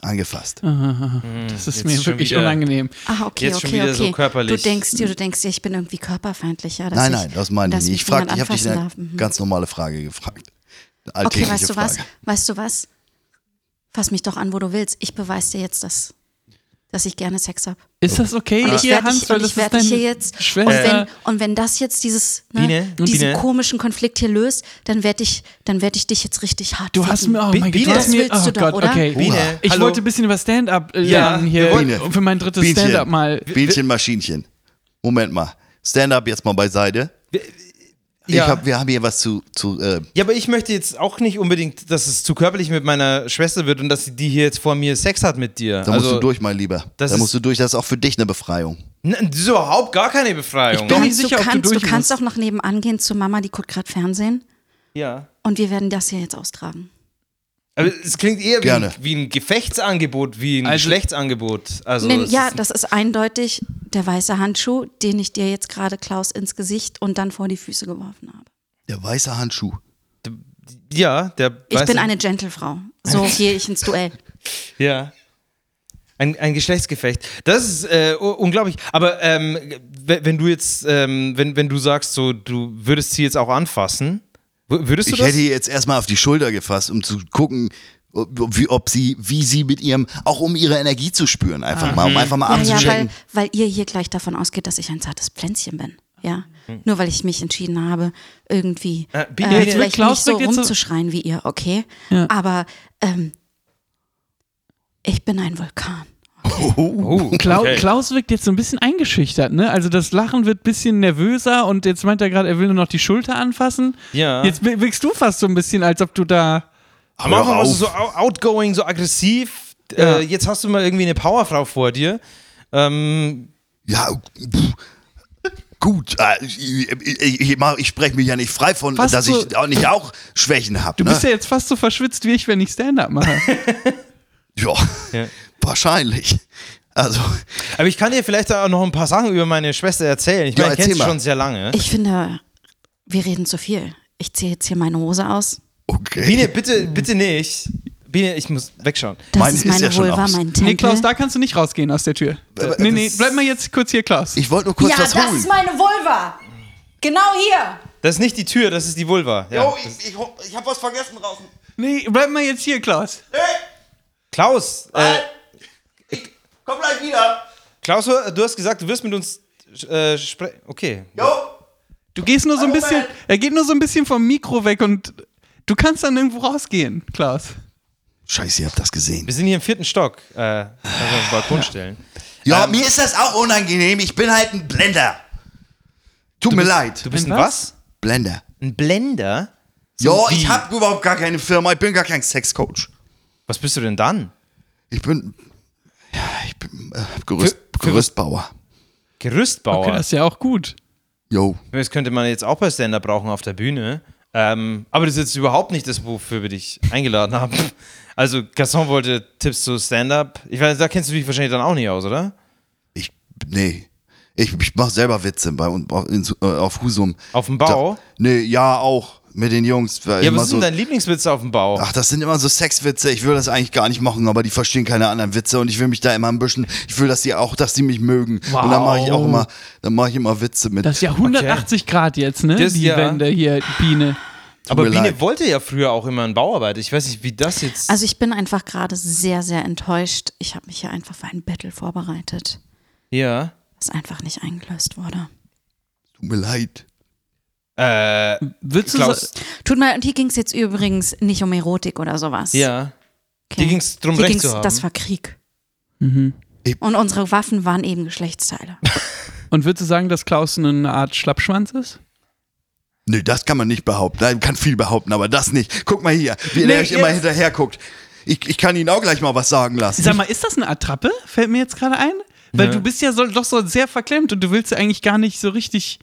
angefasst? Aha, Hm, Das ist Jetzt mir schon wirklich wieder- unangenehm. Ah, okay, Jetzt okay, schon wieder okay. so körperlich. Du denkst dir, du denkst dir, ich bin irgendwie körperfeindlich, ja? dass nein, ich- nein, das meine ich dass nicht. Ich mich frag, niemand ich habe dich anfassen eine darf. Mhm. ganz normale Frage gefragt. Eine Okay, Alltägliche weißt du Frage. was? Weißt du was? Fass mich doch an, wo du willst. Ich beweise dir jetzt, dass, dass ich gerne Sex habe. Ist das okay Und Ah. ich hier, werde Hans? dich, und ich werd dich hier jetzt. Und wenn, Schwester. und wenn das jetzt dieses, ne, Biene, diesen Biene. komischen Konflikt hier löst, dann werde ich, dann werd ich dich jetzt richtig hart. Du hast ficken. mir, oh Bi- mein Gott, Biene. du hast Das mir, willst oh du doch, Gott, oder? okay. Biene, Ich hallo. wollte ein bisschen über Stand-Up äh, Ja, lernen wir hier, wollen- für mein drittes Bienchen. Stand-Up mal. Bienchen, Maschinchen. Moment mal. Stand-up jetzt mal beiseite. Ich Ja. hab, wir haben hier was zu. zu äh, Ja, aber ich möchte jetzt auch nicht unbedingt, dass es zu körperlich mit meiner Schwester wird und dass die hier jetzt vor mir Sex hat mit dir. da also, musst du durch, mein Lieber. das Da ist- musst du durch. Das ist auch für dich eine Befreiung. N- das ist überhaupt gar keine Befreiung. Ich bin- nicht Kannst, sicher, du ob du kannst, du durch kannst auch musst. noch nebenan gehen zu Mama, die guckt gerade Fernsehen. ja. Und wir werden das hier jetzt austragen. Aber es klingt eher wie, Gerne. ein- wie ein Gefechtsangebot, wie ein Also- Geschlechtsangebot. Also, Nen- es ja, ist- das ist eindeutig der weiße Handschuh, den ich dir jetzt gerade Klaus ins Gesicht und dann vor die Füße geworfen habe. Der weiße Handschuh. ja, der Ich weiß bin nicht. eine Gentlefrau. So gehe ich ins Duell. Ja. Ein, ein Geschlechtsgefecht. Das ist äh, u- unglaublich. Aber ähm, w- wenn du jetzt, ähm, wenn, wenn du sagst, so, du würdest sie jetzt auch anfassen, w- würdest du Ich das? hätte ihr jetzt erstmal auf die Schulter gefasst, um zu gucken, ob, ob- wie, ob sie, wie sie mit ihrem, auch um ihre Energie zu spüren, einfach mal, um einfach mal Ja, ja, abzuchecken. weil, weil ihr hier gleich davon ausgeht, dass ich ein zartes Pflänzchen bin. Ja. Nur weil ich mich entschieden habe, irgendwie Äh, äh, Biene, jetzt wird vielleicht Klaus nicht so sagt jetzt so- rumzuschreien wie ihr, okay? Aber ähm, ich bin ein Vulkan. Oh, Klau okay. Klaus wirkt jetzt so ein bisschen eingeschüchtert, ne? Also das Lachen wird ein bisschen nervöser und jetzt meint er gerade, er will nur noch die Schulter anfassen. Ja. Jetzt wi- wirkst du fast so ein bisschen, als ob du da. Am Anfang warst du so au- outgoing, so aggressiv. Ja. Äh, jetzt hast du mal irgendwie eine Powerfrau vor dir. Ähm, Ja, pff, gut, äh, ich, ich, ich, mach- ich spreche mich ja nicht frei von, Fast dass so- ich auch nicht auch Schwächen habe. Du bist ja Ne? jetzt fast so verschwitzt wie ich, wenn ich Stand-up mache. Ja, Ja. <laughs> wahrscheinlich. Also, aber ich kann dir vielleicht auch noch ein paar Sachen über meine Schwester erzählen. Ich Ja, meine, ich kenne erzähl sie mal. schon sehr lange. Ich finde, wir reden zu viel. Ich ziehe jetzt hier meine Hose aus. okay. Biene, bitte, bitte nicht. Biene, ich muss wegschauen. Das Meine ist ist meine ja schon Vulva, aus. mein Tempel. nee, Klaus, da kannst du nicht rausgehen aus der Tür. Äh, nee, nee, bleib mal jetzt kurz hier, Klaus. ich wollte nur kurz was holen. meine Vulva. Genau hier. Das ist nicht die Tür, das ist die Vulva. Ja. ich, ich, ich hab was vergessen draußen. nee, bleib mal jetzt hier, Klaus. Klaus, äh, Komm gleich wieder. Klaus, du hast gesagt, du wirst mit uns äh, sprechen. Okay. Du gehst nur so ein bisschen, er geht nur so ein bisschen vom Mikro weg und du kannst dann irgendwo rausgehen, Klaus. Scheiße, ihr habt das gesehen. Wir sind hier im vierten Stock. Äh, also auf dem Balkon stellen. Ja, ähm, mir ist das auch unangenehm. Ich bin halt ein Blender. Tut mir leid. Du bist ein Ein was? was? Blender. Ein Blender? Ja, wie? ich hab überhaupt gar keine Firma. Ich bin gar kein Sexcoach. Was bist du denn dann? Ich bin. Ja, ich bin äh, Gerüst, Für- für- Gerüstbauer. Gerüstbauer. Okay, das ist ja auch gut. Jo. Das könnte man jetzt auch bei Stand-Up brauchen auf der Bühne. Ähm, aber das ist jetzt überhaupt nicht das, wofür wir dich eingeladen haben. <laughs> Also, Gaston wollte Tipps zu Stand-Up. Ich weiß, da kennst du dich wahrscheinlich dann auch nicht aus, oder? Ich. Nee. Ich, ich mach selber Witze bei, uns auf- in, äh, auf Husum. Auf dem Bau? Da, nee, ja, auch. Mit den Jungs. weil Ja, immer was ist so, denn dein Lieblingswitz auf dem Bau? Ach, das sind immer so Sexwitze. Ich will das eigentlich gar nicht machen, aber die verstehen keine anderen Witze und ich will mich da immer ein bisschen. Ich will, dass die auch, dass die mich mögen. Und dann mache ich auch immer, dann mache ich immer Witze mit. Das ist ja 180 Grad jetzt, ne? Das- die ja. Wände hier, die Biene. aber mir Biene leid. wollte ja früher auch immer einen Bauarbeiter. Ich weiß nicht, wie das jetzt. Also ich bin einfach gerade sehr, sehr enttäuscht. Ich habe mich hier einfach für ein Battle vorbereitet, ja. das einfach nicht eingelöst wurde. Tut mir leid. Äh, Willst du so, Klaus. Tut mir leid, und hier ging es jetzt übrigens nicht um Erotik oder sowas. Ja. okay. hier ging's drum, Hier Recht ging's- zu haben. Das war Krieg. Mhm. Ich- Und unsere Waffen waren eben Geschlechtsteile. Und würdest du sagen, dass Klaus eine Art Schlappschwanz ist? Nee, das kann man nicht behaupten. Nein, kann viel behaupten, aber das nicht. Guck mal hier, wie der Nee, euch immer jetzt- hinterher guckt. Ich, ich kann Ihnen auch gleich mal was sagen lassen. Sag mal, ist das eine Attrappe? Fällt mir jetzt gerade ein. Weil Ja. du bist ja so, doch so sehr verklemmt und du willst ja eigentlich gar nicht so richtig.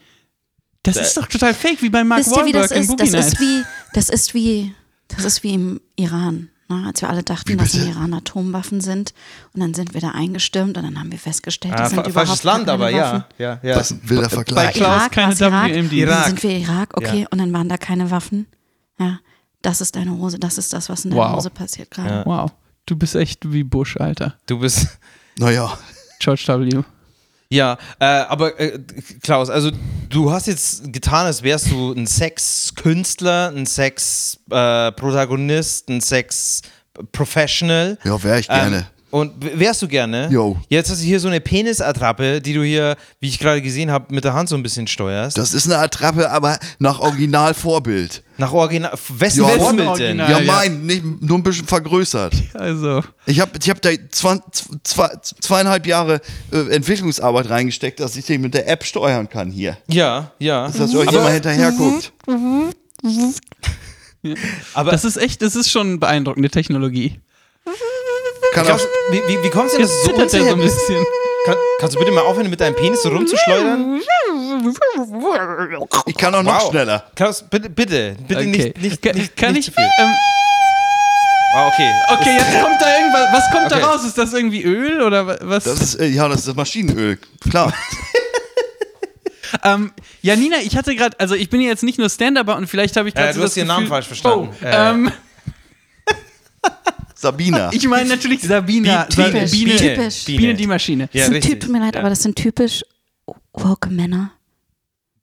Das Äh. ist doch total fake, wie bei Mark Wisst ihr, wie Wahlberg das in ist? Das Boogie ist Nights. wie, das ist wie, das ist wie im Iran. Ne? Als wir alle dachten, dass im bitte? Iran Atomwaffen sind. Und dann sind wir da eingestürmt und dann haben wir festgestellt, Ah, das sind fa- überhaupt falsches Land, gar keine aber Waffen. ja. ja, ja. Das ist ein wilder Bei Vergleich. Klaus Irak, keine war's Irak? WMD. Dann Irak. sind wir Irak, okay, Ja. und dann waren da keine Waffen. Ja, das ist deine Hose, das ist das, was in deiner Wow. Hose passiert gerade. Wow, du bist echt wie Bush, Alter. Du bist. Naja, George W. Ja, äh, aber äh, Klaus, also du hast jetzt getan, als wärst du ein Sexkünstler, ein Sexprotagonist, äh, Protagonist, ein Sex professional. Ja, wär ich Ähm. gerne. und w- wärst du gerne? Jo. Jetzt hast du hier so eine Penisattrappe, die du hier, wie ich gerade gesehen habe, mit der Hand so ein bisschen steuerst. Das ist eine Attrappe, aber nach Originalvorbild. Nach Original. Wessen Ja, Welt von denn? Original. Ah, Ja, ja. mein, nicht, nur ein bisschen vergrößert. Also, Ich habe ich hab da zwan- zwei, zweieinhalb Jahre äh, Entwicklungsarbeit reingesteckt, dass ich den mit der App steuern kann hier. Ja, ja. Dass ihr euch immer Mhm. hinterher guckt. Aber das ist echt, das ist schon beeindruckende Technologie. Kann auch, Glaubst, wie, wie, wie kommst du denn das Jetzt so zittert er so ein unter? bisschen. Kann, kannst du bitte mal aufhören, mit deinem Penis so rumzuschleudern? ich kann auch noch schneller. Klaus, bitte, bitte, bitte Okay. nicht, nicht, Ka- nicht, kann nicht ich. zu viel. Ähm, Ah, okay. okay, jetzt kommt da irgendwas. Was kommt Okay. da raus? Ist das irgendwie Öl oder wa- was? Das ist, äh, ja, das ist das Maschinenöl. <laughs> Klar. Ähm, ja, Nina, ich hatte gerade, also ich bin ja jetzt nicht nur Stand-Upper und vielleicht habe ich gerade Äh, so du das hast ihren Gefühl- Namen falsch verstanden. Oh, Äh. ähm, Sabina. ich meine natürlich Sabina, Bi- Sa- typisch. Biene, Biene. Biene, Biene die Maschine. Ja, Das sind richtig. typ, tut mir leid, aber das sind typisch woke Männer,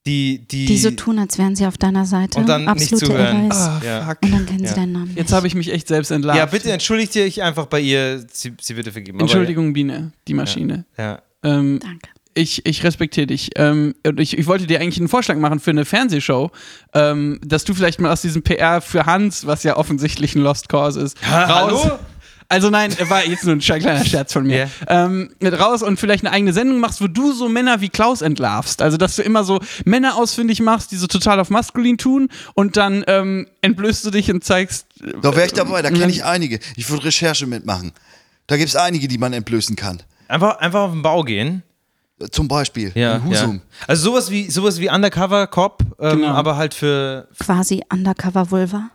Die, die, die, so tun, als wären sie auf deiner Seite. Und dann nicht Absolute zuhören. Irreis. Ah, Ja. fuck. Und dann kennen Ja. sie deinen Namen. Jetzt habe ich mich echt selbst entlarvt. Ja, bitte entschuldigt ihr euch einfach bei ihr. Sie, sie bitte vergeben. aber- Entschuldigung, Biene, die Maschine. Ja. Ähm, Danke. ich, ich respektiere dich. Ähm, und ich, ich wollte dir eigentlich einen Vorschlag machen für eine Fernsehshow, ähm, dass du vielleicht mal aus diesem PR für Hans, was ja offensichtlich ein Lost Cause ist, hallo? Also nein, war jetzt nur ein sche- kleiner Scherz von mir. Ähm, mit raus und vielleicht eine eigene Sendung machst, wo du so Männer wie Klaus entlarvst. Also dass du immer so Männer ausfindig machst, die so total auf maskulin tun und dann ähm, entblößt du dich und zeigst. Da wäre ich dabei, da Mhm. kenne ich einige. Ich würde Recherche mitmachen. Da gibt es einige, die man entblößen kann. Einfach, einfach auf den Bau gehen. Äh, Zum Beispiel Ja, in Husum. ja. Also sowas wie, sowas wie Undercover Cop, ähm, Genau. aber halt für Quasi Undercover Vulva.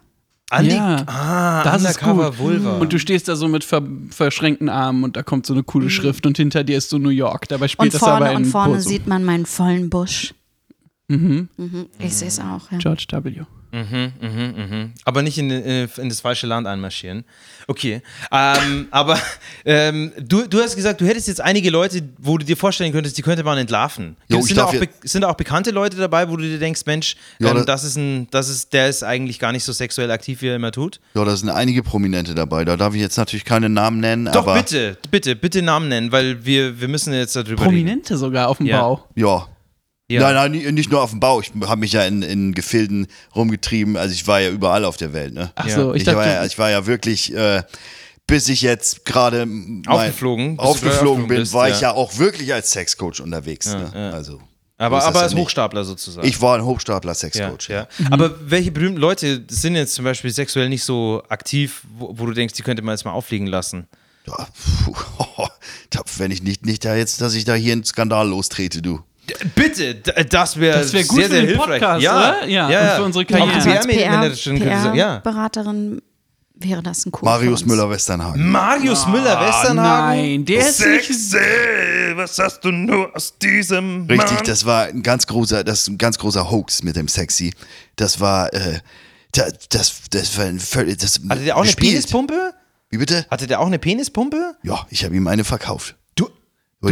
Andi. Ja. Ah, Das ist Undercover gut. Vulva. Und du stehst da so mit ver verschränkten Armen und da kommt so eine coole Schrift und hinter dir ist so New York. Dabei spielt Und das vorne, aber in und vorne Posum. sieht man meinen vollen Busch. Mhm. Ich sehe es auch, ja. George W. Mhm, aber nicht in, in, in das falsche Land einmarschieren. Okay. Ähm, <laughs> aber ähm, du, du hast gesagt, du hättest jetzt einige Leute, wo du dir vorstellen könntest, die könnte man entlarven. Jo, ich sind, da darf auch, ja- be- sind da auch bekannte Leute dabei, wo du dir denkst, Mensch, Ja, ähm, da- das ist ein, das ist, der ist eigentlich gar nicht so sexuell aktiv, wie er immer tut? Ja, da sind einige Prominente dabei. Da darf ich jetzt natürlich keine Namen nennen, Doch, aber. bitte, bitte, bitte Namen nennen, weil wir, wir müssen jetzt darüber reden. Prominente sogar auf dem Ja. Bau. Ja. Ja. Nein, nein, ni- nicht nur auf dem Bau. Ich habe mich ja in, in Gefilden rumgetrieben. Also ich war ja überall auf der Welt. Ne? Ach Ja. so, ich ich, dachte, war ja, ich war ja wirklich, äh, bis ich jetzt gerade mein- Aufgeflogen, bis du aufgeflogen aufgeflogen bin, bist, war ja. ich ja auch wirklich als Sexcoach unterwegs. ne? Also so Aber, ist das aber ja als nicht. Hochstapler sozusagen. Ich war ein Hochstapler Sexcoach. Ja, ja. Aber welche berühmten Leute sind jetzt zum Beispiel sexuell nicht so aktiv, wo, wo du denkst, die könnte man jetzt mal auffliegen lassen? Ja, puh, <laughs> da- wenn ich nicht, nicht da jetzt, dass ich da hier einen Skandal lostrete, du. Bitte, d- das wäre Das wär gut sehr, für sehr den hilfreich. Podcast, ja. oder? Ja, ja, und für unsere Karriere. Auch die Also als PR-Managerin könnte sagen, ja. PR-Beraterin wäre das ein cool. Marius Müller-Westernhagen. Marius Ah, Müller-Westernhagen. nein, der ist nicht. was hast du nur aus diesem Richtig, das war ein ganz großer, das ist ein ganz großer Hoax mit dem Sexy. Das war, äh, das, das, das war ein völlig, das Hatte der auch eine gespielt. Penispumpe? Wie bitte? Hatte der auch eine Penispumpe? Ja, ich habe ihm eine verkauft. Du, Aber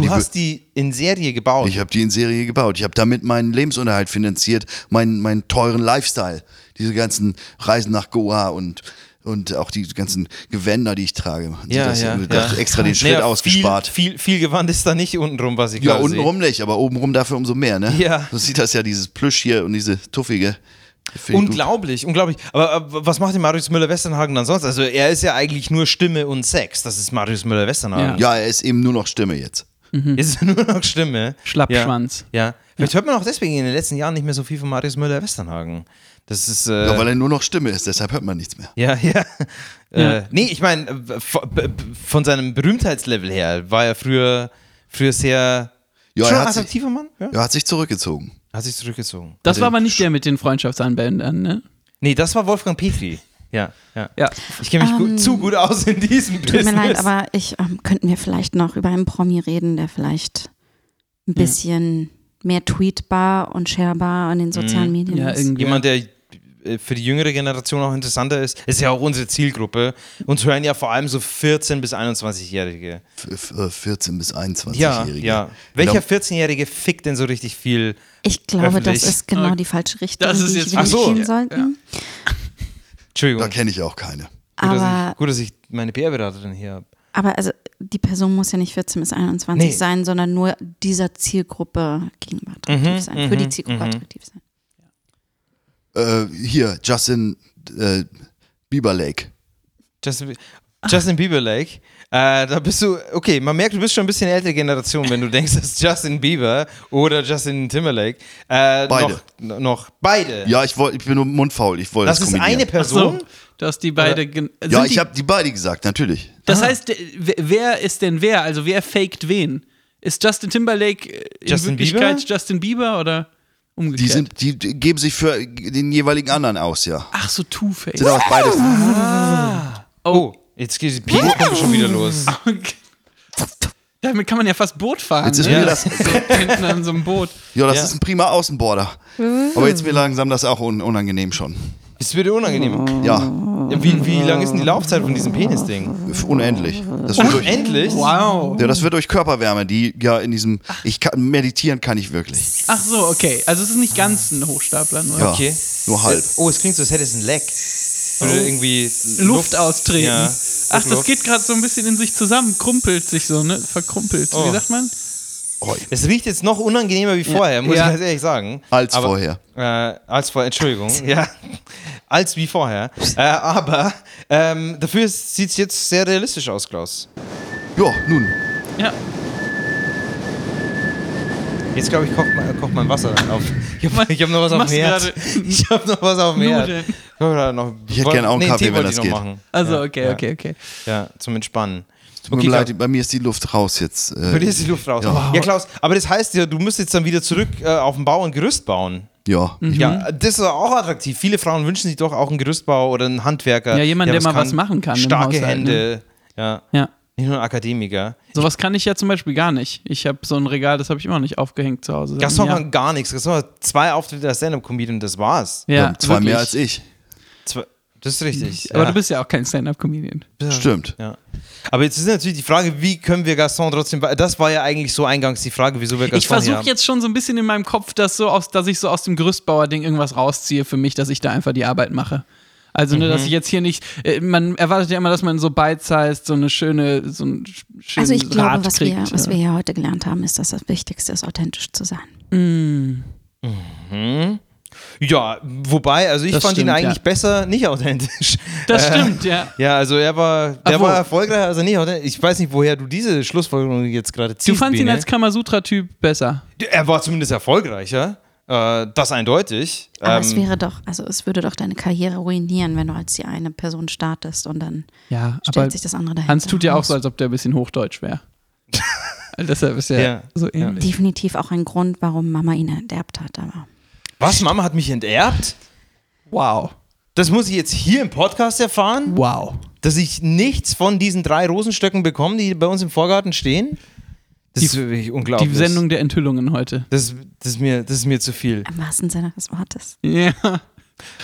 du die hast die in Serie gebaut. Ich habe die in Serie gebaut. Ich habe damit meinen Lebensunterhalt finanziert, meinen, meinen teuren Lifestyle. Diese ganzen Reisen nach Goa und, und auch die ganzen Gewänder, die ich trage. Das- das- Extra den Schritt Naja, ausgespart. Viel, viel, viel Gewand ist da nicht untenrum, was ich ja, gerade sehe. untenrum nicht, aber obenrum dafür umso mehr, ne? Ja. So sieht das ja, dieses Plüsch hier und diese tuffige. Find ich gut. Unglaublich, unglaublich. Aber, aber was macht denn Marius Müller-Westernhagen dann sonst? Also er ist ja eigentlich nur Stimme und Sex. Das ist Marius Müller-Westernhagen. Ja, er ist eben nur noch Stimme jetzt. Jetzt ist er nur noch Stimme. Schlappschwanz. Ja. ja. Vielleicht hört man auch deswegen in den letzten Jahren nicht mehr so viel von Marius Müller-Westernhagen. Das ist. Äh, Ja, weil er nur noch Stimme ist, deshalb hört man nichts mehr. ja, ja. Äh, nee, ich meine, von seinem Berühmtheitslevel her war er früher, früher sehr. Ja, schon ein er hat sich- attraktiver Mann? Ja. Er hat sich zurückgezogen. Hat sich zurückgezogen. Das war aber nicht der mit den Freundschaftsanbändern, ne? Nee, das war Wolfgang Petri. Ja, ja. Ja. Ich kenne mich gut, zu gut aus in diesem Ähm, Tut Business. mir leid, aber ich ähm, könnten wir vielleicht noch über einen Promi reden, der vielleicht ein bisschen mehr tweetbar und sharebar in den sozialen Mhm. Medien Ja, ist. irgendwie. Jemand, der äh, für die jüngere Generation auch interessanter ist, ist ja auch unsere Zielgruppe. Uns hören ja vor allem so 14- bis 21-Jährige. F- f- äh, 14 bis 21-Jährige. Ja, ja. Welcher 14-Jährige fickt denn so richtig viel? Ich glaube, das Öffentlich. ist genau die falsche Richtung, Ah, Das ist die jetzt- wir Ach so. nicht gehen Ja, sollten. Entschuldigung. Da kenne ich auch keine. Gut, dass Aber- ich, gut, dass ich meine PR-Beraterin hier habe. Aber also die Person muss ja nicht 14 bis 21 Nee. sein, sondern nur dieser Zielgruppe gegenüber attraktiv Mhm, sein, für die Zielgruppe attraktiv sein. Äh, hier, Justin äh, Bieberlake. Justin, Justin Bieberlake. Äh, da bist du, okay, man merkt, du bist schon ein bisschen ältere Generation, wenn du denkst, dass Justin Bieber oder Justin Timberlake. Äh, Beide. Noch, noch beide. Ja, ich, wollt, ich bin nur mundfaul. Ich wollte das das, ist kombinieren. eine Person. So, du hast die beide. gen- Ja, sind ich die- habe die beide gesagt, natürlich. Das heißt, äh, wer- wer ist denn wer? Also wer faked wen? Ist Justin Timberlake äh, in Justin Wirklichkeit Bieber? Justin Bieber oder umgekehrt? Die, sind, die geben sich für den jeweiligen anderen aus, ja. Ach so, Two-Face. Sind auch beide. Oh, jetzt geht die Pico kommt schon wieder los. <laughs> Damit kann man ja fast Boot fahren. Jetzt ist ne? mir das, Hinten an so einem Boot. ja, das Ja. ist ein prima Außenborder. Aber jetzt wird langsam das auch un unangenehm schon. Es wird unangenehm. Ja, Ja, wie, wie lang ist denn die Laufzeit von diesem Penis-Ding? Also f- unendlich. Das wird durch, Endlich? Wow. ja, das wird durch Körperwärme, die ja in diesem. Ich kann, meditieren kann ich wirklich. Ach so, okay. Also es ist nicht ganz ein Hochstapler, nur Ja, Okay. nur halt. halb. Oh, es klingt so, als hätte es ein Leck. Oder irgendwie Luft austreten. Ja. Ach, das Luft. geht gerade so ein bisschen in sich zusammen, krumpelt sich so, ne? Verkrumpelt. Oh. Wie sagt man? Es riecht jetzt noch unangenehmer wie vorher, muss Ja. ich ganz ehrlich sagen. Als vorher. Äh, als vorher, <laughs> Entschuldigung. ja. Als wie vorher. Äh, aber ähm, dafür sieht es jetzt sehr realistisch aus, Klaus. Ja, nun. Ja. Jetzt glaube ich, kocht mein, kocht mein Wasser dann auf. Ich habe hab noch was auf Machst dem du Herd. gerade- <laughs> Ich habe noch was auf dem Herd. Nudeln. Ich hab da noch- Ich hätte gerne auch einen Nee, Kaffee, Tee wenn wollte ich das noch geht. machen. Also, Ja, okay, ja. okay, okay. Ja, zum Entspannen. Tut mir leid, bei mir ist die Luft raus jetzt. Bei dir Äh, ist die Luft raus. Ja. Ja, Klaus, aber das heißt ja, du müsstest jetzt dann wieder zurück äh, auf den Bau ein Gerüst bauen. ja, Mhm. Ja, das ist auch attraktiv. Viele Frauen wünschen sich doch auch einen Gerüstbau oder einen Handwerker. Ja, jemand, der mal was machen kann im Starke Haushalt, ne? Hände. Ja. Ja. Nicht nur ein Akademiker. Sowas kann ich ja zum Beispiel gar nicht. Ich habe so ein Regal, das habe ich immer noch nicht aufgehängt zu Hause. Gaston Seit einem kann gar nichts. Gaston hat zwei Auftritte als Stand-Up-Comedian und das war's. Jahr. ja, zwei mehr als wirklich. ich. Zwei- Das ist richtig. Aber ja. du bist ja auch kein Stand-Up-Comedian. Stimmt. Ja. Aber jetzt ist natürlich die Frage, wie können wir Gaston trotzdem. we- Das war ja eigentlich so eingangs die Frage, wieso wir Gaston Ich versuche hier jetzt schon so ein bisschen in meinem Kopf, dass, so aus, dass ich so aus dem Gerüstbauer-Ding irgendwas rausziehe für mich, dass ich da einfach die Arbeit mache. Also, ne, dass ich jetzt hier nicht. Äh, man erwartet ja immer, dass man so bite-sized, so eine schöne. So einen sch- schönen Also ich Rat glaube, was kriegt. äh. wir, was wir hier heute gelernt haben, ist, dass das Wichtigste ist, authentisch zu sein. haben. Ja, wobei, also ich Das fand ihn stimmt, eigentlich ja. besser nicht authentisch. Das Äh, stimmt, ja. Ja, also er war, Ach, der wo? war erfolgreicher, also nicht. Oder? Ich weiß nicht, woher du diese Schlussfolgerung jetzt gerade ziehst. Du fandst ihn Bene. als Kamasutra-Typ besser. er war zumindest erfolgreicher. Äh, das eindeutig. Aber Ähm, es wäre doch, also es würde doch deine Karriere ruinieren, wenn du als die eine Person startest und dann Ja, aber stellt sich das andere dahinter. Hans tut ja auch so, als ob der ein bisschen Hochdeutsch wäre. Also <laughs> Deshalb ist er Ja, so ja. ähnlich. Definitiv auch ein Grund, warum Mama ihn enterbt hat, aber. was, Mama hat mich enterbt? Wow. Das muss ich jetzt hier im Podcast erfahren, Wow. dass ich nichts von diesen drei Rosenstöcken bekomme, die bei uns im Vorgarten stehen? Das Die- ist wirklich Die unglaublich. Sendung der Enthüllungen heute. <laughs> Das, das, ist mir, das ist mir zu viel. Im wahrsten Sinne des Wortes. Ja.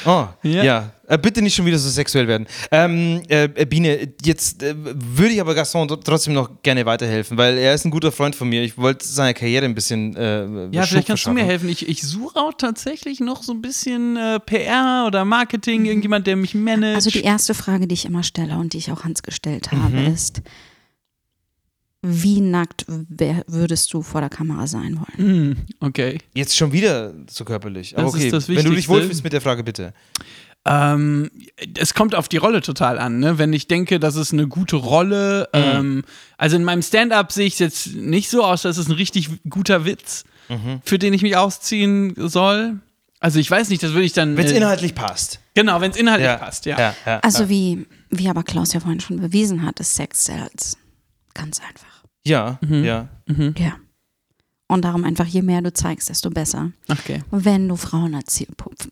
Oh, ja. Ja. Äh, bitte nicht schon wieder so sexuell werden. Ähm, äh, äh, Biene, jetzt äh, würde ich aber Gaston tr- trotzdem noch gerne weiterhelfen, weil er ist ein guter Freund von mir. Ich wollte seine Karriere ein bisschen. Äh, Ja, Schub vielleicht kannst du verschaffen. mir helfen. Ich, ich suche auch tatsächlich noch so ein bisschen äh, PR oder Marketing, irgendjemand, der mich managt. Mhm. Also die erste Frage, die ich immer stelle und die ich auch Hans gestellt Mhm. habe, ist, wie nackt wär, würdest du vor der Kamera sein wollen? Hm, okay. Jetzt schon wieder so körperlich. Aber Das ist okay, das wenn du dich Wichtigste. wohlfühlst mit der Frage, bitte. Ähm, es kommt auf die Rolle total an, ne? Wenn ich denke, das ist eine gute Rolle. Ähm, also in meinem Stand-up sehe ich es jetzt nicht so aus, das ist ein richtig guter Witz, für den ich mich ausziehen soll. Also ich weiß nicht, das würde ich dann. Wenn es äh, inhaltlich passt. genau, wenn es inhaltlich passt, ja. ja, ja. Also wie, wie aber Klaus ja vorhin schon bewiesen hat, ist Sex sells. Ganz einfach. Ja, mhm. ja. Ja. Und darum einfach, je mehr du zeigst, desto besser. Okay. Wenn du Frauen als Zielpublikum,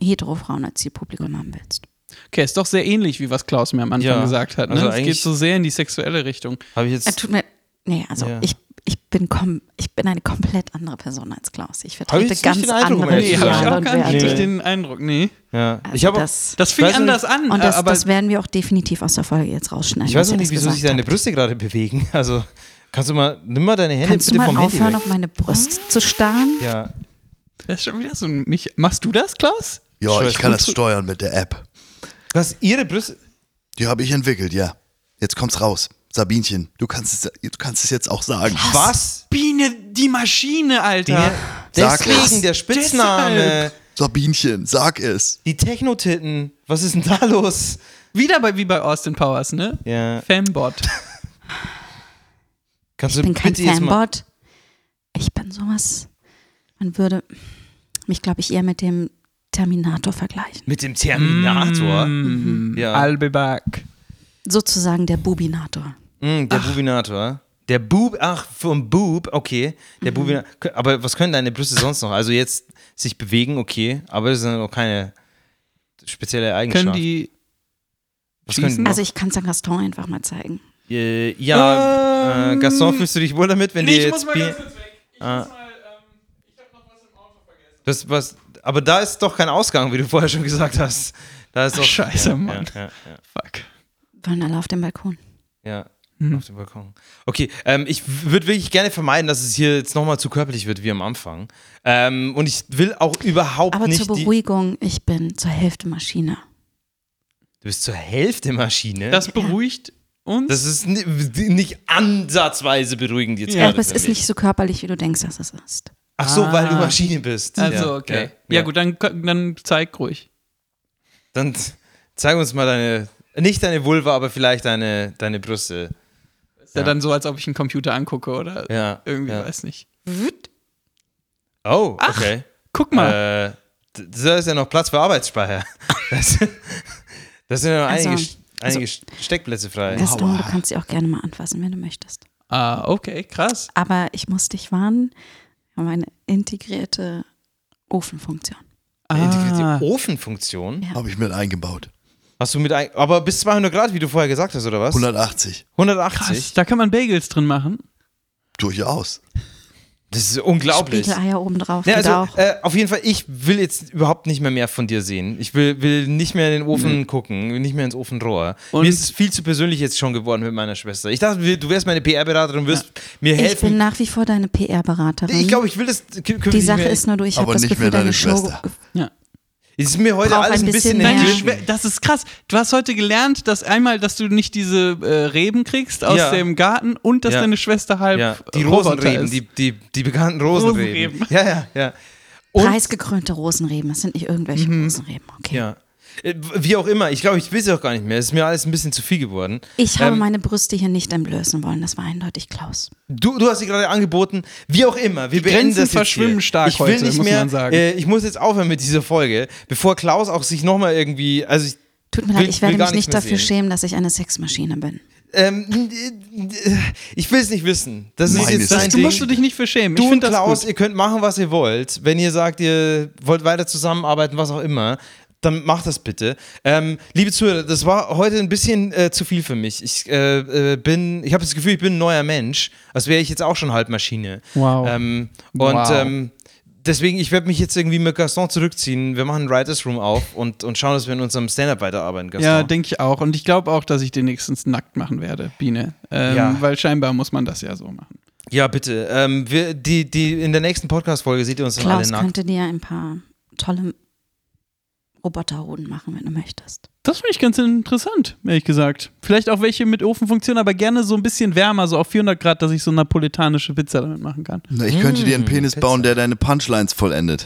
hetero Frauen als Zielpublikum haben willst. Okay, ist doch sehr ähnlich, wie was Klaus mir am Anfang Ja, gesagt hat. Ne? also es geht eigentlich- so sehr in die sexuelle Richtung. Habe ich Äh, jetzt. tut mir, nee, also Ja. ich, ich, bin kom, ich bin eine komplett andere Person als Hab Klaus. Ich ich vertrete jetzt ganz nicht den Eindruck, um andere ehrlich Nee, zu habe ich sagen. Ideale auch und gar nicht Werte. richtig den Eindruck, nee. Ja. Also Ich habe. das- Das fing Weiß nicht. anders an, Und äh, das, aber das werden wir auch definitiv aus der Folge jetzt rausschneiden. Ich weiß auch dass ihr nicht, das wieso sich gesagt deine habt. Brüste gerade bewegen. Also kannst du mal, nimm mal deine Hände Kannst du bitte mal vom Handy aufhören, weg. auf meine Brust zu starren? Ja. das ist schon wieder so ein mich. Machst du das, Klaus? Ja, ich Scheiße. kann das steuern mit der App. Du hast ihre Brüste. Die habe ich entwickelt, ja. Jetzt kommt's raus. Sabinchen, du kannst es, du kannst es jetzt auch sagen. Was? Biene, die Maschine, Alter. Sag Deswegen es. der Spitzname. Deshalb. Sabinchen, sag es. Die Technotitten. Was ist denn da los? Wieder bei, wie bei Austin Powers, ne? Ja. <laughs> Fembot. Kannst Ich bin kein bitte jetzt mal- Fanbot. Ich bin sowas. Man würde mich, glaube ich, eher mit dem Terminator vergleichen. Mit dem Terminator. Mm. Mm. Mhm. Ja. Albeback. Sozusagen der Bubinator. Mm, der Bubinator. Der Bub, ach, vom Bub, okay. Der Mhm. Bubinator. Aber was können deine Brüste sonst noch? Also jetzt sich bewegen, okay, aber das ist noch keine spezielle Eigenschaft. Können die. was können, Also ich kann es an Gaston einfach mal zeigen. äh, ja, äh, Ähm. Gaston, fühlst du dich wohl damit, wenn die jetzt... Bi- Ah. Das, was, aber da ist doch kein Ausgang, wie du vorher schon gesagt hast. Da ist doch, Scheiße, ja, Mann. Ja, ja, Fuck. Wollen alle auf dem Balkon. ja, ja. Mhm. Auf dem Balkon. Okay, ähm, ich würde wirklich gerne vermeiden, dass es hier jetzt nochmal zu körperlich wird wie am Anfang. Ähm, und ich will auch überhaupt Aber nicht. zur die, Beruhigung, ich bin zur Hälfte Maschine. du bist zur Hälfte Maschine. Das beruhigt uns. Das ist ni- nicht ansatzweise beruhigend jetzt. Ja, gerade aber es für ist mich. nicht so körperlich, wie du denkst, dass es ist. Ach so, weil du Ah. Maschine bist. also, okay. Ja, gut, dann, dann zeig ruhig. Dann zeig uns mal deine. Nicht deine Vulva, aber vielleicht deine, deine Brüste. Ist ja. Ja. dann so, als ob ich einen Computer angucke oder Ja. irgendwie, ja. weiß nicht. Oh, okay. Guck mal. Äh, d- da ist ja noch Platz für Arbeitsspeicher. <laughs> Das, das sind ja noch Also, einige, einige Steckplätze frei. Gaston, du kannst sie auch gerne mal anfassen, wenn du möchtest. Ah, okay, krass. Aber ich muss dich warnen, wir haben eine integrierte Ofenfunktion. Eine integrierte Ah. Ofenfunktion. Habe ich mit eingebaut. Hast du mit ein, aber bis 200 Grad, wie du vorher gesagt hast, oder was? 180. 180. Da kann man Bagels drin machen. Durchaus. Das ist unglaublich. Spiegeleier oben drauf, Ja, geht also, auch. äh, auf jeden Fall, ich will jetzt überhaupt nicht mehr mehr von dir sehen. Ich will, will nicht mehr in den Ofen Mhm. gucken, nicht mehr ins Ofenrohr. Und- mir ist es viel zu persönlich jetzt schon geworden mit meiner Schwester. Ich dachte, wir- du wärst meine PR-Beraterin und wirst mir Ich bin helfen. nach wie vor deine PR-Beraterin. Ich glaube, ich will das. Die Sache ist nur, du, ich habe Aber das nicht Gefühl, mehr deine, deine Show. Schwester. Es ist mir heute Brauch alles ein ein bisschen, bisschen mehr. Deine Ja. entglitten. Schwer das ist krass. Du hast heute gelernt, dass einmal, dass du nicht diese äh, Reben kriegst aus Ja. dem Garten und dass Ja. deine Schwester halb Ja, die äh, Roboter Rosenreben, ist. die, die, die bekannten Rosenreben. Rosenreben. Ja, ja, ja. Und- Mhm. Preisgekrönte Rosenreben, das sind nicht irgendwelche Rosenreben, okay. ja. Äh, Wie auch immer, ich glaube, ich will sie auch gar nicht mehr. Es ist mir alles ein bisschen zu viel geworden. Ich habe Ähm, meine Brüste hier nicht entblößen wollen, das war eindeutig Klaus. Du, du hast sie gerade angeboten, wie auch immer, wir beenden Grenzen das jetzt verschwimmen hier. stark ich will heute, nicht muss mehr, man sagen. Äh, ich muss jetzt aufhören mit dieser Folge, bevor Klaus auch sich nochmal irgendwie, also ich, Tut mir Will- leid, ich werde will gar mich nicht nicht mehr dafür sehen. schämen, dass ich eine Sexmaschine bin. ähm, äh, ich will es nicht wissen. Das ist Nein, jetzt ist dein nicht. Du Ding. musst du dich nicht für schämen. Du ich und finde das Klaus, gut. ihr könnt machen, was ihr wollt. Wenn ihr sagt, ihr wollt weiter zusammenarbeiten, was auch immer, dann macht das bitte. Ähm, liebe Zuhörer, das war heute ein bisschen äh, zu viel für mich. Ich äh, äh, bin, ich habe das Gefühl, ich bin ein neuer Mensch, als wäre ich jetzt auch schon halb Maschine. Wow. Ähm, und Wow. ähm, deswegen, ich werde mich jetzt irgendwie mit Gaston zurückziehen. Wir machen einen Writers Room auf und, und schauen, dass wir in unserem Stand-up weiterarbeiten. Gaston. Ja, denke ich auch. Und ich glaube auch, dass ich den nächstens nackt machen werde, Biene. Ähm, Ja. Weil scheinbar muss man das ja so machen. ja bitte. Ähm, wir, die, die, in der nächsten Podcast-Folge seht ihr uns dann alle Klaus nackt. könnte dir ein paar tolle Roboterhoden machen, wenn du möchtest. Das finde ich ganz interessant, ehrlich gesagt. Vielleicht auch welche mit Ofenfunktion, aber gerne so ein bisschen wärmer, so auf 400 Grad, dass ich so napolitanische Pizza damit machen kann. Na, ich könnte dir einen Hm. Penis bauen, der deine Punchlines vollendet.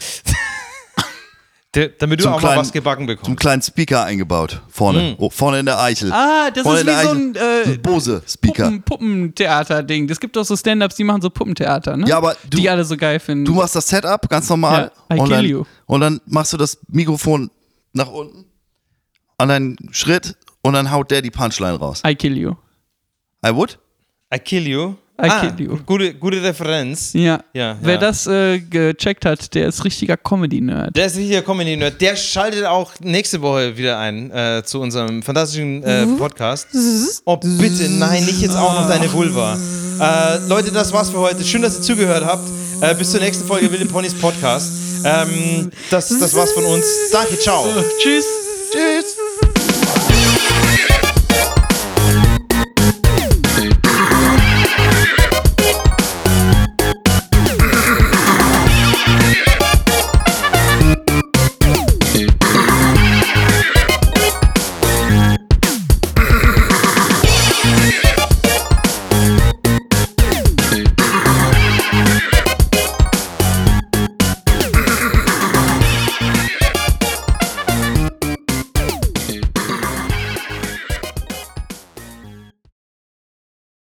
Der- Damit du Zum auch mal kleinen- was gebacken Zum bekommst. kleinen Speaker eingebaut. Hm. Vorne. Oh, vorne in der Eichel. Ah, das vorne ist in der wie so Eichel. ein äh, Bose Speaker. Puppen, Puppentheater-Ding. Es gibt auch so Stand-Ups, die machen so Puppentheater, ne? Ja, aber du- die alle so geil finden. Du machst das Setup ganz normal. Ja, I und, kill dann, you. und dann machst du das Mikrofon nach unten an deinen Schritt und dann haut der die Punchline raus. I kill you. I would? I kill you. Ah, I kill you. Gute, gute Referenz. Ja. Ja, Wer ja. das äh, gecheckt hat, der ist richtiger Comedy-Nerd. Der ist hier Comedy Nerd. Der schaltet auch nächste Woche wieder ein äh, zu unserem fantastischen äh, Podcast. Oh, bitte, nein, nicht jetzt auch noch deine Vulva. Äh, Leute, das war's für heute. Schön, dass ihr zugehört habt. Äh, bis zur nächsten Folge Wilde Ponys Podcast. Ähm, das, das war's von uns. Danke, ciao. Tschüss.